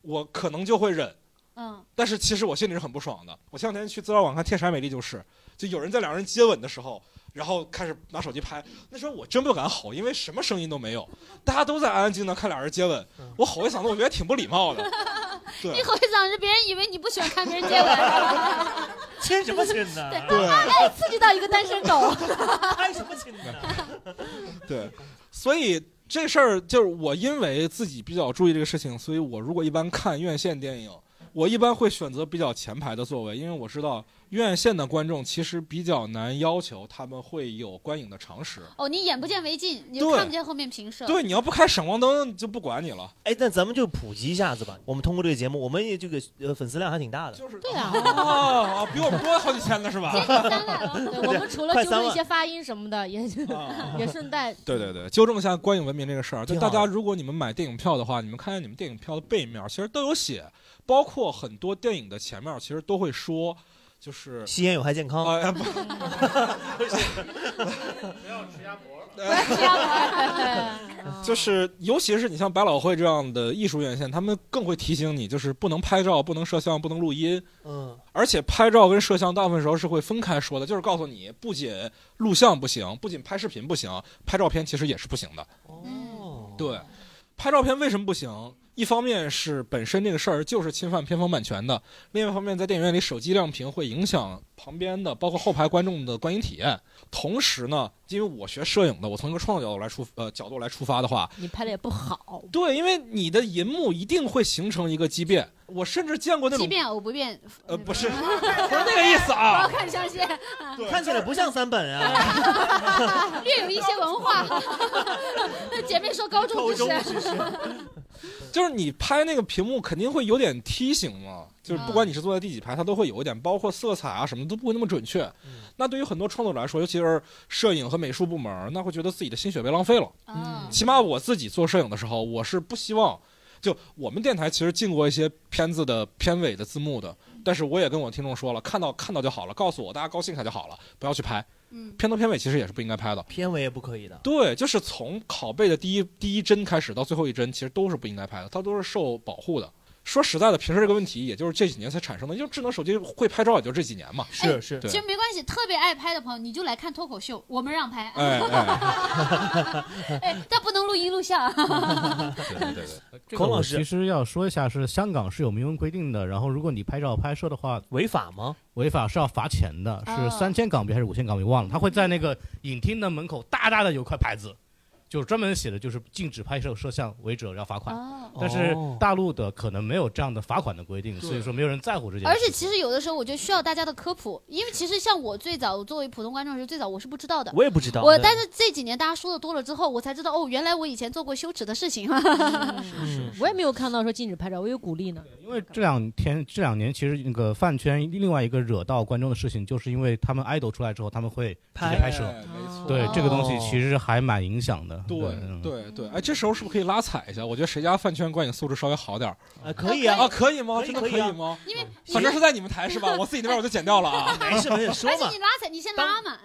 S3: 我可能就会忍。
S2: 嗯，
S3: 但是其实我心里是很不爽的。我前两天去资料馆看《天使爱美丽》，就是就有人在两人接吻的时候，然后开始拿手机拍。那时候我真不敢吼，因为什么声音都没有，大家都在安安静静地看俩人接吻，
S2: 嗯
S3: 我吼一嗓子，我觉得挺不礼 貌的。对
S2: 你，吼一嗓子，别人以为你不喜欢看别人接 吻。
S1: 亲什么亲 呢？
S3: 对
S2: 哎，刺激到一个单身狗。
S1: 拍什么亲呢？
S3: 对，所以这事儿就是我因为自己比较注意这个事情，所以我如果一般看院线电影，我一般会选择比较前排的座位，因为我知道院线的观众其实比较难要求他们会有观影的常识。
S2: 哦，你眼不见为净，你
S3: 对
S2: 看不见后面平射。
S3: 对，，你要不开闪光灯就不管你了。
S1: 哎，那咱们就普及一下子吧。我们通过这个节目，我们也这个呃粉丝量还挺大的。
S3: 就是
S4: 对啊，
S3: 啊，啊比我们多好几千呢是
S2: 哎
S3: 吧？
S4: 对我们除了
S1: 快
S4: 纠
S1: 三
S4: 正一
S1: 万
S4: 些发音什么的，也
S3: 啊
S4: 也顺带
S3: 对对对，纠正一下观影文明这个事儿。就
S1: 挺好
S3: 大
S1: 的
S3: 家，如果你们买电影票的话，你们看见你们电影票的背面，其实都有写，包括很多电影的前面，其实都会说，就是
S1: 吸烟有害健康。
S3: 啊、哎不，哎就是尤其是你像百老汇这样的艺术院线，他们更会提醒你，就是不能拍照、不能摄像、不能录音，
S1: 嗯，
S3: 而且拍照跟摄像大部分时候是会分开说的，就是告诉你，不仅录像不行，不仅拍视频不行，拍照片其实也是不行的。
S1: 哦，
S3: 对，拍照片为什么不行？一方面是本身这个事儿就是侵犯片方版权的，另一方面在电影院里手机亮屏会影响旁边的包括后排观众的观影体验。同时呢，因为我学摄影的，我从一个创作角度来出呃角度来出发的话，
S4: 你拍的也不好，
S3: 对，因为你的银幕一定会形成一个畸变。我甚至见过那
S2: 即
S3: 种
S2: 便偶不变，
S3: 呃 不是不是那个意思啊，
S2: 看上线，
S1: 看起来不像三本啊。
S2: 略有一些文 化。 那姐妹说 高中就是，
S3: 就是你拍那个屏幕肯定会有点梯形嘛，就是不管你是坐在第几排，它都会有一点，包括色彩啊什么都不会那么准确。那对于很多创作者来说，尤其是摄影和美术部门，那会觉得自己的心血被浪费了。
S2: 嗯，
S3: 起码我自己做摄影的时候，我是不希望。就我们电台其实进过一些片子的片尾的字幕的，但是我也跟我听众说了，看到看到就好了，告诉我大家高兴看就好了，不要去拍。
S2: 嗯
S3: 片头片尾其实也是不应该拍的。
S1: 片尾也不可以的。
S3: 对，就是从拷贝的第一第一帧开始到最后一帧，其实都是不应该拍的，它都是受保护的。说实在的，平时这个问题也就是这几年才产生的，因为智能手机会拍照也就这几年嘛。
S1: 是是，
S3: 对
S2: 其实没关系，特别爱拍的朋友，你就来看脱口秀，我们让拍，
S3: 哎哎，
S2: 哎，但不能录音录像。啊
S3: 对对对对，
S5: 这
S1: 孔
S5: 个
S1: 老
S5: 我
S1: 师
S5: 其实要说一下，是香港是有明文规定的，然后如果你拍照拍摄的话，
S1: 违法吗？
S5: 违法是要罚钱的，
S2: 哦
S5: 是三千港币还是五千港币忘了。他会在那个影厅的门口大大的有块牌子，就是专门写的就是禁止拍摄摄像，违者要罚款。
S2: 哦
S5: 但是
S1: 哦
S5: 大陆的可能没有这样的罚款的规定，所以说没有人在乎这件事。
S2: 而且其实有的时候，我觉得需要大家的科普，因为其实像我最早作为普通观众的时候，最早我是不知道的。
S1: 我也不知道。
S2: 我
S1: 对
S2: 但是这几年大家说的多了之后，我才知道哦，原来我以前做过羞耻的事情。
S1: 嗯
S4: 我也没有看到说禁止拍照，我有鼓励呢。
S5: 因为这两天这两年其实那个饭圈另外一个惹到观众的事情，就是因为他们 idol 出来之后，他们会直
S1: 拍
S5: 接拍摄。
S3: 哎没错，
S5: 对、
S2: 哦
S5: 这个东西其实还蛮影响的。嗯
S3: 对对对，哎，这时候是不是可以拉踩一下？我觉得谁家饭圈观影素质稍微好点儿
S1: 啊，可以啊
S3: 啊？，可以吗？
S1: 可以
S3: 真的
S1: 可以啊
S3: 以吗？
S2: 因为
S3: 反正是在你们台是吧？我自己那边我就剪掉 了啊。
S1: 没事没事，说
S2: 而且
S1: 嘛
S2: 你。拉踩，你先拉嘛。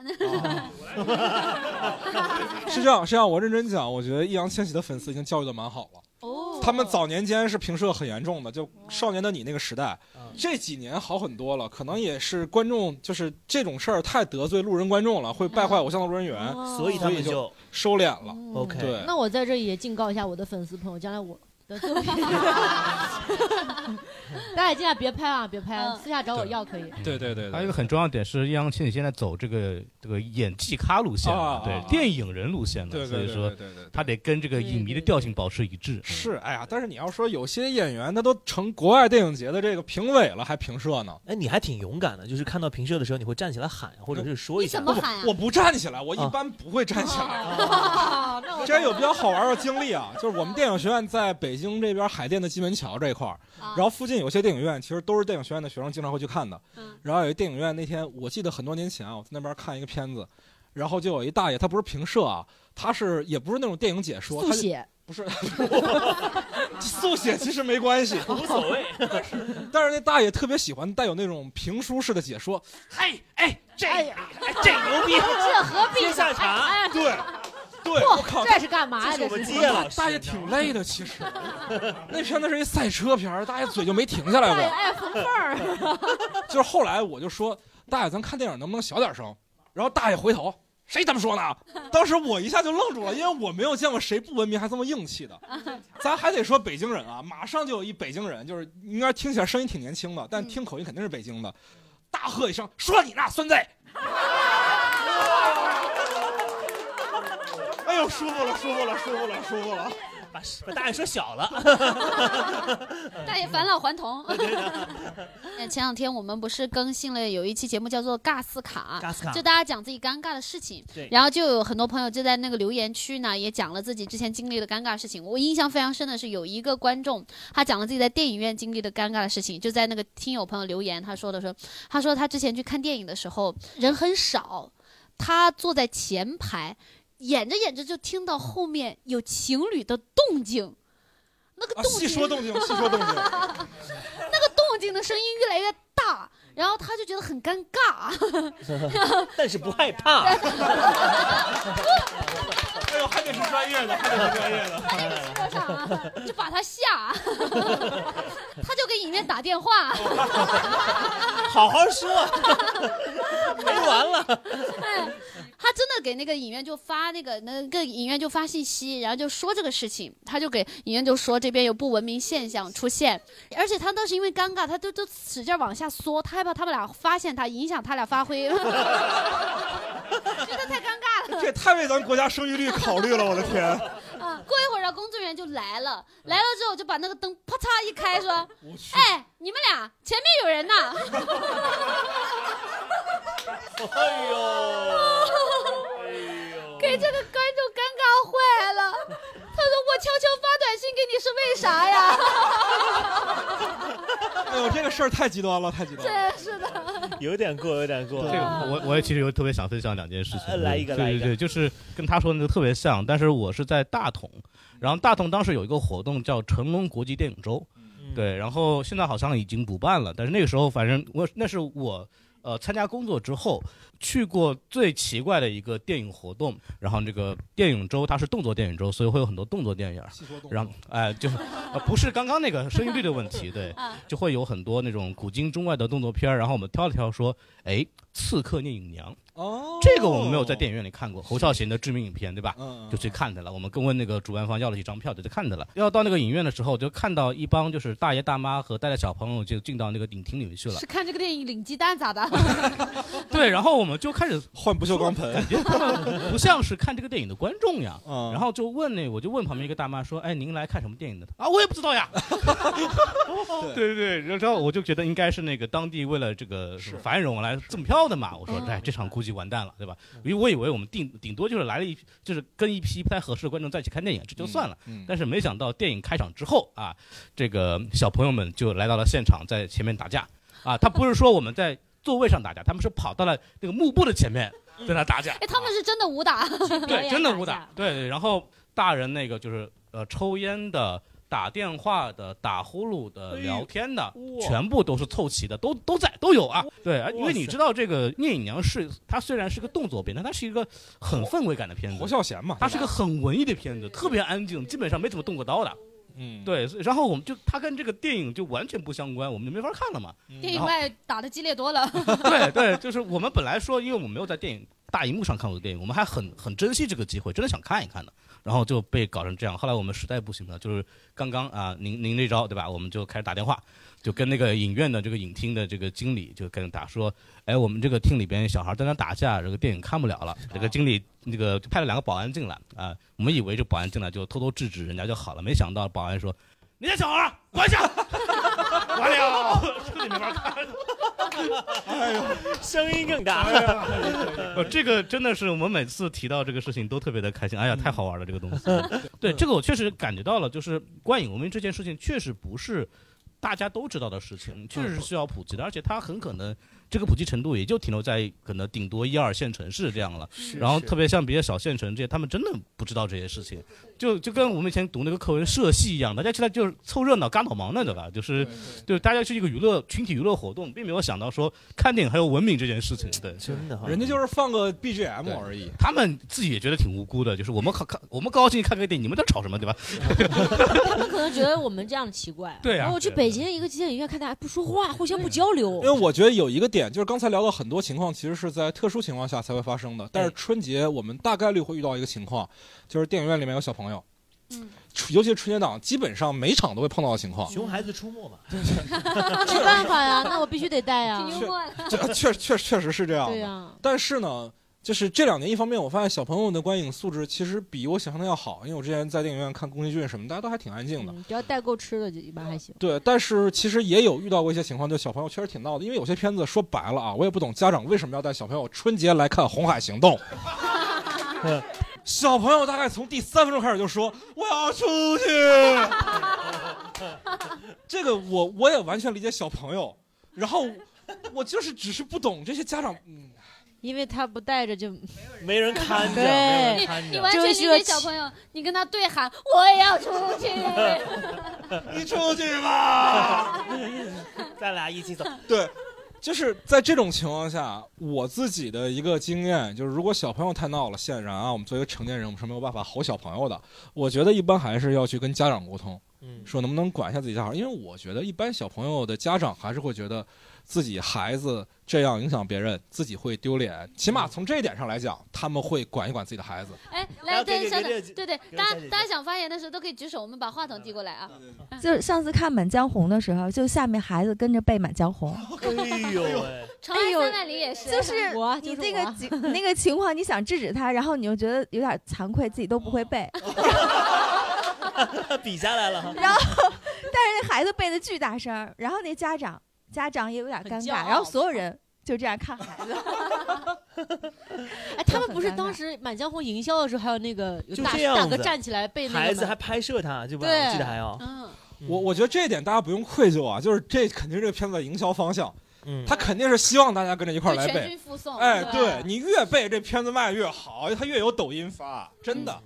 S3: 是这样，是这样，我认真讲，我觉得易烊千玺的粉丝已经教育的蛮好了。
S2: 哦，
S3: 他们早年间是评社很严重的，就《少年的你》那个时代
S1: 嗯，
S3: 这几年好很多了。可能也是观众，就是这种事儿太得罪路人观众了，会败坏偶像的路人缘，
S2: 哦
S1: 所以他们
S3: 所以
S1: 就
S3: 收敛了。
S2: 嗯
S1: OK。
S3: 对，
S4: 那我在这里也警告一下我的粉丝朋友，将来我 的作品，大家尽量别拍啊，别拍啊，
S2: 嗯
S4: 私下找我要可以。
S3: 对对对
S5: 还有一
S3: 对
S5: 个很重要的点是，易烊千玺现在走这个这个演技咖路线了，
S3: 啊
S5: 对、
S3: 啊啊
S5: 电影人路线了，
S3: 对，
S5: 所以
S3: 对
S5: 说
S3: 对对对
S5: 他
S3: 对。
S5: 得跟这个影迷的调性保持一致。
S3: 是，哎呀，但是你要说有些演员他都成国外电影节的这个评委了，还评社呢。
S1: 哎，你还挺勇敢的，就是看到评社的时候，你会站起来喊，或者是说一
S2: 你
S1: 下
S2: 怎。么喊呀
S3: 我？不站起来，我一
S1: 啊
S3: 般不会站起来。
S2: 哦那我
S3: 之前有比较好玩的经历啊，就是我们电影学院在北京这边海淀的金门桥这一块儿，
S2: 啊
S3: 然后附近有些电影院，其实都是电影学院的学生经常会去看的
S2: 嗯。
S3: 然后有一电影院那天，我记得很多年前啊，我在那边看一个片子，然后就有一大爷，他不是评社啊，他是也不是那种电影解说，
S4: 速
S3: 他就
S4: 写，
S3: 不是 速写，其实没关系，
S1: 无所谓，
S3: 但是那大爷特别喜欢带有那种评书式的解说，
S1: 嘿，哎，这哎这牛逼，
S2: 这何必呢？
S1: 接下茬
S2: 哎呀，
S3: 对，对，我靠，
S4: 这是干嘛呀？
S1: 哎这是我
S4: 这
S1: 们
S4: 是
S1: 基业老师。
S3: 大爷挺累的，其实那片子是一赛车片儿，大爷嘴就没停下来过。
S2: 哎，缝缝儿。
S3: 就是后来我就说，大爷，咱看电影能不能小点声？然后大爷回头，谁他妈说呢？当时我一下就愣住了，因为我没有见过谁不文明还这么硬气的。咱还得说北京人啊，马上就有一北京人，就是应该听起来声音挺年轻的，但
S2: 嗯
S3: 听口音肯定是北京的，大喝一声：“说你呢，孙子！”哎呦，舒服了，舒服了，舒服了，舒服了。
S1: 把把大爷说小了，
S2: 大爷返老 还童。 哎前两天我们不是更新了有一期节目叫做《尬斯卡》，
S1: 尬斯卡
S2: 就大家讲自己尴尬的事情
S1: 对，
S2: 然后就有很多朋友就在那个留言区呢也讲了自己之前经历的尴尬事情。我印象非常深的是有一个观众，他讲了自己在电影院经历的尴尬的事情，就在那个听友朋友留言，他说的说，他说他之前去看电影的时候人很少，他坐在前排，演着演着就听到后面有情侣的动静，那个
S3: 啊，
S2: 动
S3: 细
S2: 静、
S3: 说动静，细说动 静。哎
S2: 那个动静的声音越来越大，然后他就觉得很尴尬。
S1: 但是不害怕。
S3: 哎呦，还得是专业的，还得是专 业的。
S2: 说啥、啊就把他吓， 他就给影院打电话，
S1: 好好说，没完 了。
S2: 他真的给那个影院就发那个那个影院就发信息，然后就说这个事情，他就给影院就说这边有不文明现象出现，而且他当时因为尴尬，他都都使劲往下缩，他害怕他们俩发现他，影响他俩发 挥，真的太尴尬了。
S3: 这也太为咱国家生育率考虑了，我的 天！
S2: 啊，过一会儿，然后工作人员就来了，来了之后就把那个灯啪嚓一开，说
S3: 我去：“
S2: 哎，你们俩前面有人呐
S1: 哎呦，！”
S3: 哎
S2: 给这个观众尴尬坏了。他说：“我悄悄发短信给你是为啥呀
S3: 哎呦，这个事儿太极端了，太极？”端了。
S2: 真是的，
S1: 有点过，有点过啊
S5: 这。个我我也其实有特别想分享两件事情
S1: 呃，来一个
S5: 对
S1: 来一
S5: 对
S1: 个
S5: 对，就是跟他说的那个特别像，但是我是在大同，然后大同当时有一个活动叫成龙国际电影周，
S1: 嗯，
S5: 对，然后现在好像已经不办了，但是那个时候反正我那是我呃参加工作之后去过最奇怪的一个电影活动，然后这个电影周它是动作电影周，所以会有很多动作电影儿，
S3: 细说动
S5: 然
S3: 静
S5: 后。哎就是、呃、不是刚刚那个生育率的问题，对，就会有很多那种古今中外的动作片儿，然后我们挑了挑说，哎，《刺客聂隐娘》
S3: 哦，
S5: 这个我们没有在电影院里看过，侯孝贤的致命影片，对吧？
S3: 嗯，嗯，
S5: 就去看他了。我们跟问那个主办方要了几张票，就去看他了。要到那个影院的时候，就看到一帮就是大爷大妈和带着小朋友就进到那个影厅里面去了。
S2: 是看这个电影领鸡蛋咋的？
S5: 对，然后我们就开始
S3: 换不锈钢 盆。
S5: 感觉他们不像是看这个电影的观众呀。
S3: 嗯，
S5: 然后就问那，我就问旁边一个大妈说：“哎，您来看什么电影的？”啊，我也不知 道呀。对对对，然后我就觉得应该是那个当地为了这个
S3: 是
S5: 繁荣来赠票的嘛。我说
S2: 嗯，
S5: 哎，这场估计完蛋了，对吧？
S3: 嗯
S5: 因为我以为我们顶顶多就是来了一，就是跟一批不太合适的观众在一起看电影，这就算了。
S3: 嗯，
S5: 但是没想到电影开场之后啊，这个小朋友们就来到了现场，在前面打架啊。他不是说我们在座位上打架，他们是跑到了那个幕布的前面
S1: 嗯
S5: 在那打架。
S2: 哎，他们是真的武打，
S5: 对，真的如打。对对，然后大人那个就是呃，抽烟的、打电话的、打呼噜的、
S1: 哎呦
S5: 聊天的，
S1: 哇
S5: 全部都是凑齐的，都都在都有啊。对，啊因
S1: 哇
S5: 为你
S1: 塞
S5: 知道这个《聂隐娘》是它虽然是个动作片，但它是一个很氛围感的片
S3: 侯
S5: 子。
S3: 孝贤嘛，
S5: 它是个很文艺的片子，特别安静，基本上没怎么动过刀的。
S3: 嗯，
S5: 对，所以然后我们就它跟这个电影就完全不相关，我们就没法看了嘛。
S3: 嗯
S2: 电
S5: 然
S2: 影
S5: 后
S2: 外打的激烈多了。
S5: 对对，就是我们本来说，因为我们没有在电影大荧幕上看过电影，我们还很很珍惜这个机会，真的想看一看的。然后就被搞成这样，后来我们实在不行了，就是刚刚啊，您您那招对吧？我们就开始打电话，就跟那个影院的这个影厅的这个经理就跟他打说，哎，我们这个厅里边小孩在那打架，这个电影看不了了。这个经理那个就派了两个保安进来啊，我们以为这保安进来就偷偷制止人家就好了， 没想到保安说，你家小孩儿滚下， 完 了，这里没法看。
S1: 声音更大。
S5: 呃，这个真的是我们每次提到这个事情都特别的开心。哎呀，太好玩了，这个东西。对，这个我确实感觉到了，就是观影文明这件事情确实不是大家都知道的事情，确实是需要普及的，而且它很可能这个普及程度也就停留在可能顶多一二线城市这样了。 然后特别像别的小县城这些，他们真的不知道这些事情，就就跟我们以前读那个课文社戏一样，大家现在就是凑热闹、嘎脑忙呢，对吧？就是就是大家是一个娱乐群体娱乐活动，并没有想到说看电影还有文明这件事情，对。
S1: 真的哈，
S3: 人家就是放个 BGM
S5: 对
S3: 而已。
S5: 他们自己也觉得挺无辜的，就是我们看看我们高高兴兴看个电影，你们在吵什么，对吧？
S9: 他们可能觉得我们这样奇怪。
S5: 对
S9: 然
S4: 哦
S5: 啊
S9: 后我去
S5: 对
S9: 北京一个电影院看，大家不说话，互相不交流
S3: 因为。我觉得有一个点就是刚才聊到很多情况，其实是在特殊情况下才会发生的。但是春节我们大概率会遇到一个情况，就是电影院里面有小朋友，
S2: 嗯，
S3: 尤其是春节档，基本上每场都会碰到的情 况。
S1: 熊孩子出没嘛，
S4: 没办法呀，那我必须得带呀。
S3: 这确确确实是这样的。
S4: 对呀
S3: 但是呢，就是这两年，一方面我发现小朋友的观影素质其实比我想象的要好，因为我之前在电影院看宫崎骏什么，大家都还挺安静
S4: 嗯
S3: 的。
S10: 只要带够吃的就一般还行。
S3: 对，但是其实也有遇到过一些情况，就小朋友确实挺闹的，因为有些片子说白了啊，我也不懂家长为什么要带小朋友春节来看《红海行动》。嗯小朋友大概从第三分钟开始就说：“我要出去。”这个我我也完全理解小朋友，然后我就是只是不懂这些家长，嗯
S10: 因为他不带着就
S1: 没人看着，没人
S10: 对
S1: 看着，
S2: 你完全理解小朋友，你跟他对喊“我也要出去”，
S3: 你出去吧，
S1: 咱俩一起走。
S3: 对，就是在这种情况下，我自己的一个经验就是，如果小朋友太闹了，显然啊，我们作为成年人，我们是没有办法吼小朋友的。我觉得一般还是要去跟家长沟通，
S1: 嗯
S3: 说能不能管一下自己家孩，因为我觉得一般小朋友的家长还是会觉得自己孩子这样影响别人，自己会丢脸。起码从这一点上来讲，他们会管一管自己的孩子。
S2: 哎，来，
S1: 给
S2: 对，
S1: 给
S2: 稍等
S1: 给 这，
S2: 对对
S1: 给，
S2: 大
S1: 佳姐
S2: 家大家想发言的时候都可以举手，我们把话筒递过来啊。
S11: 就是上次看《满江红》的时候，就下面孩子跟着背《满江红》。
S1: 哎呦喂！
S2: 长安三万里也是，啊
S11: 就是你这个情 那个情况，你想制止他，然后你又觉得有点惭愧，自己都不
S10: 哦
S11: 会背，
S1: 比下来了哈。
S11: 然后但是那孩子背的巨大声儿，然后那家长家长也有点尴
S10: 很
S11: 尬，
S10: 骄傲
S11: 然后所有人就这样看孩子。
S4: 哎，他们不是当时《满江红》营销的时候，还有那个有
S1: 就
S4: 大
S1: 这样
S4: 大哥
S1: 子
S4: 站起来背那个
S1: 孩子
S4: 吗
S1: 还拍摄他，对吧？
S4: 对
S1: 我记得还要，
S2: 嗯，
S3: 我我觉得这一点大家不用愧疚啊，就是这肯定是这个片子的营销方向，
S1: 嗯
S3: 他肯定是希望大家跟着一块儿
S2: 就
S3: 来
S2: 全
S3: 背
S2: 军。覆送。
S3: 哎，
S2: 吧
S3: 对， 你越背这片子卖越好，它越有抖音发，真的。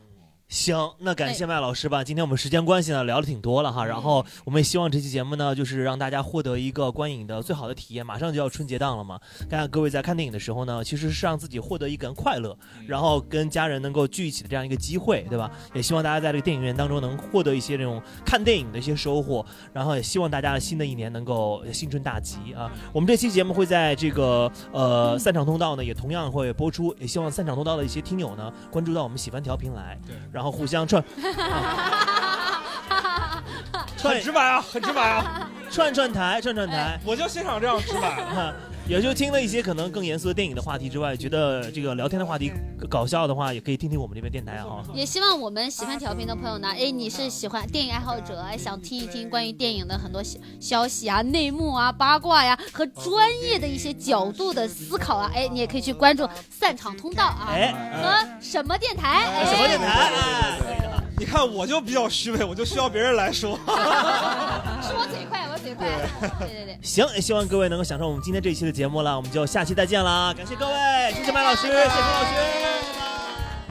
S1: 行，那感谢麦老师吧。今天我们时间关系呢，聊的挺多了哈。然后我们也希望这期节目呢，就是让大家获得一个观影的最好的体验。马上就要春节档了嘛，大家各位在看电影的时候呢，其实是让自己获得一个人快乐，然后跟家人能够聚一起的这样一个机会，对吧？也希望大家在这个电影院当中能获得一些这种看电影的一些收获，然后也希望大家新的一年能够新春大吉啊。我们这期节目会在这个呃散场通道呢，也同样会播出，也希望散场通道的一些听友呢，关注到我们喜欢调频来，然后互相串
S3: 很直白啊，很直白啊，
S1: 串串台，串串台。
S3: 我就欣赏这样直 白。
S1: 哈，也就听了一些可能更严肃的电影的话题之外，觉得这个聊天的话题搞笑的话，也可以听听我们这边电台啊。
S2: 也希望我们喜欢调频的朋友呢，
S1: 嗯
S2: 哎，你是喜欢电影爱好者，哎想听一听关于电影的很多消消息啊、内幕啊、八卦呀、和
S1: 哦
S2: 专业的一些角度的思考啊，哎，你也可以去关
S1: 哦
S2: 注散场通道啊，
S1: 哎
S2: 和什么电台，哎，
S1: 哦什么电台？哦
S3: 你看，我就比较虚伪，我就需要别人来说。
S2: 是我嘴快，我嘴快，对对对。
S1: 行，也希望各位能够享受我们今天这一期的节目了，我们就下期再见啦！感谢各位，谢谢麦老师，谢谢陈老师。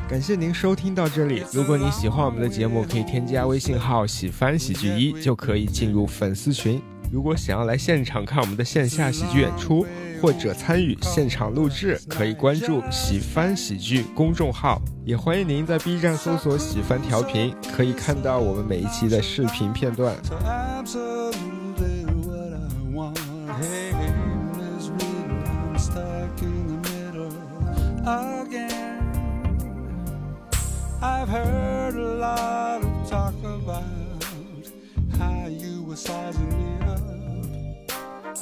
S12: 感谢您收听到这里。如果你喜欢我们的节目，可以添加微信号“喜翻喜剧一”，就可以进入粉丝群。如果想要来现场看我们的线下喜剧演出，或者参与现场录制，可以关注“喜翻喜剧”公众号。也欢迎您在 B 站搜索“喜翻调频”，可以看到我们每一期的视频片段。
S13: to absolutely what I want. Hey, is written, I'm stuck in the middle again. I've heard a lot of talk about how you were sizing me up.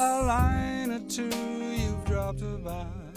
S13: A line or two you've dropped about.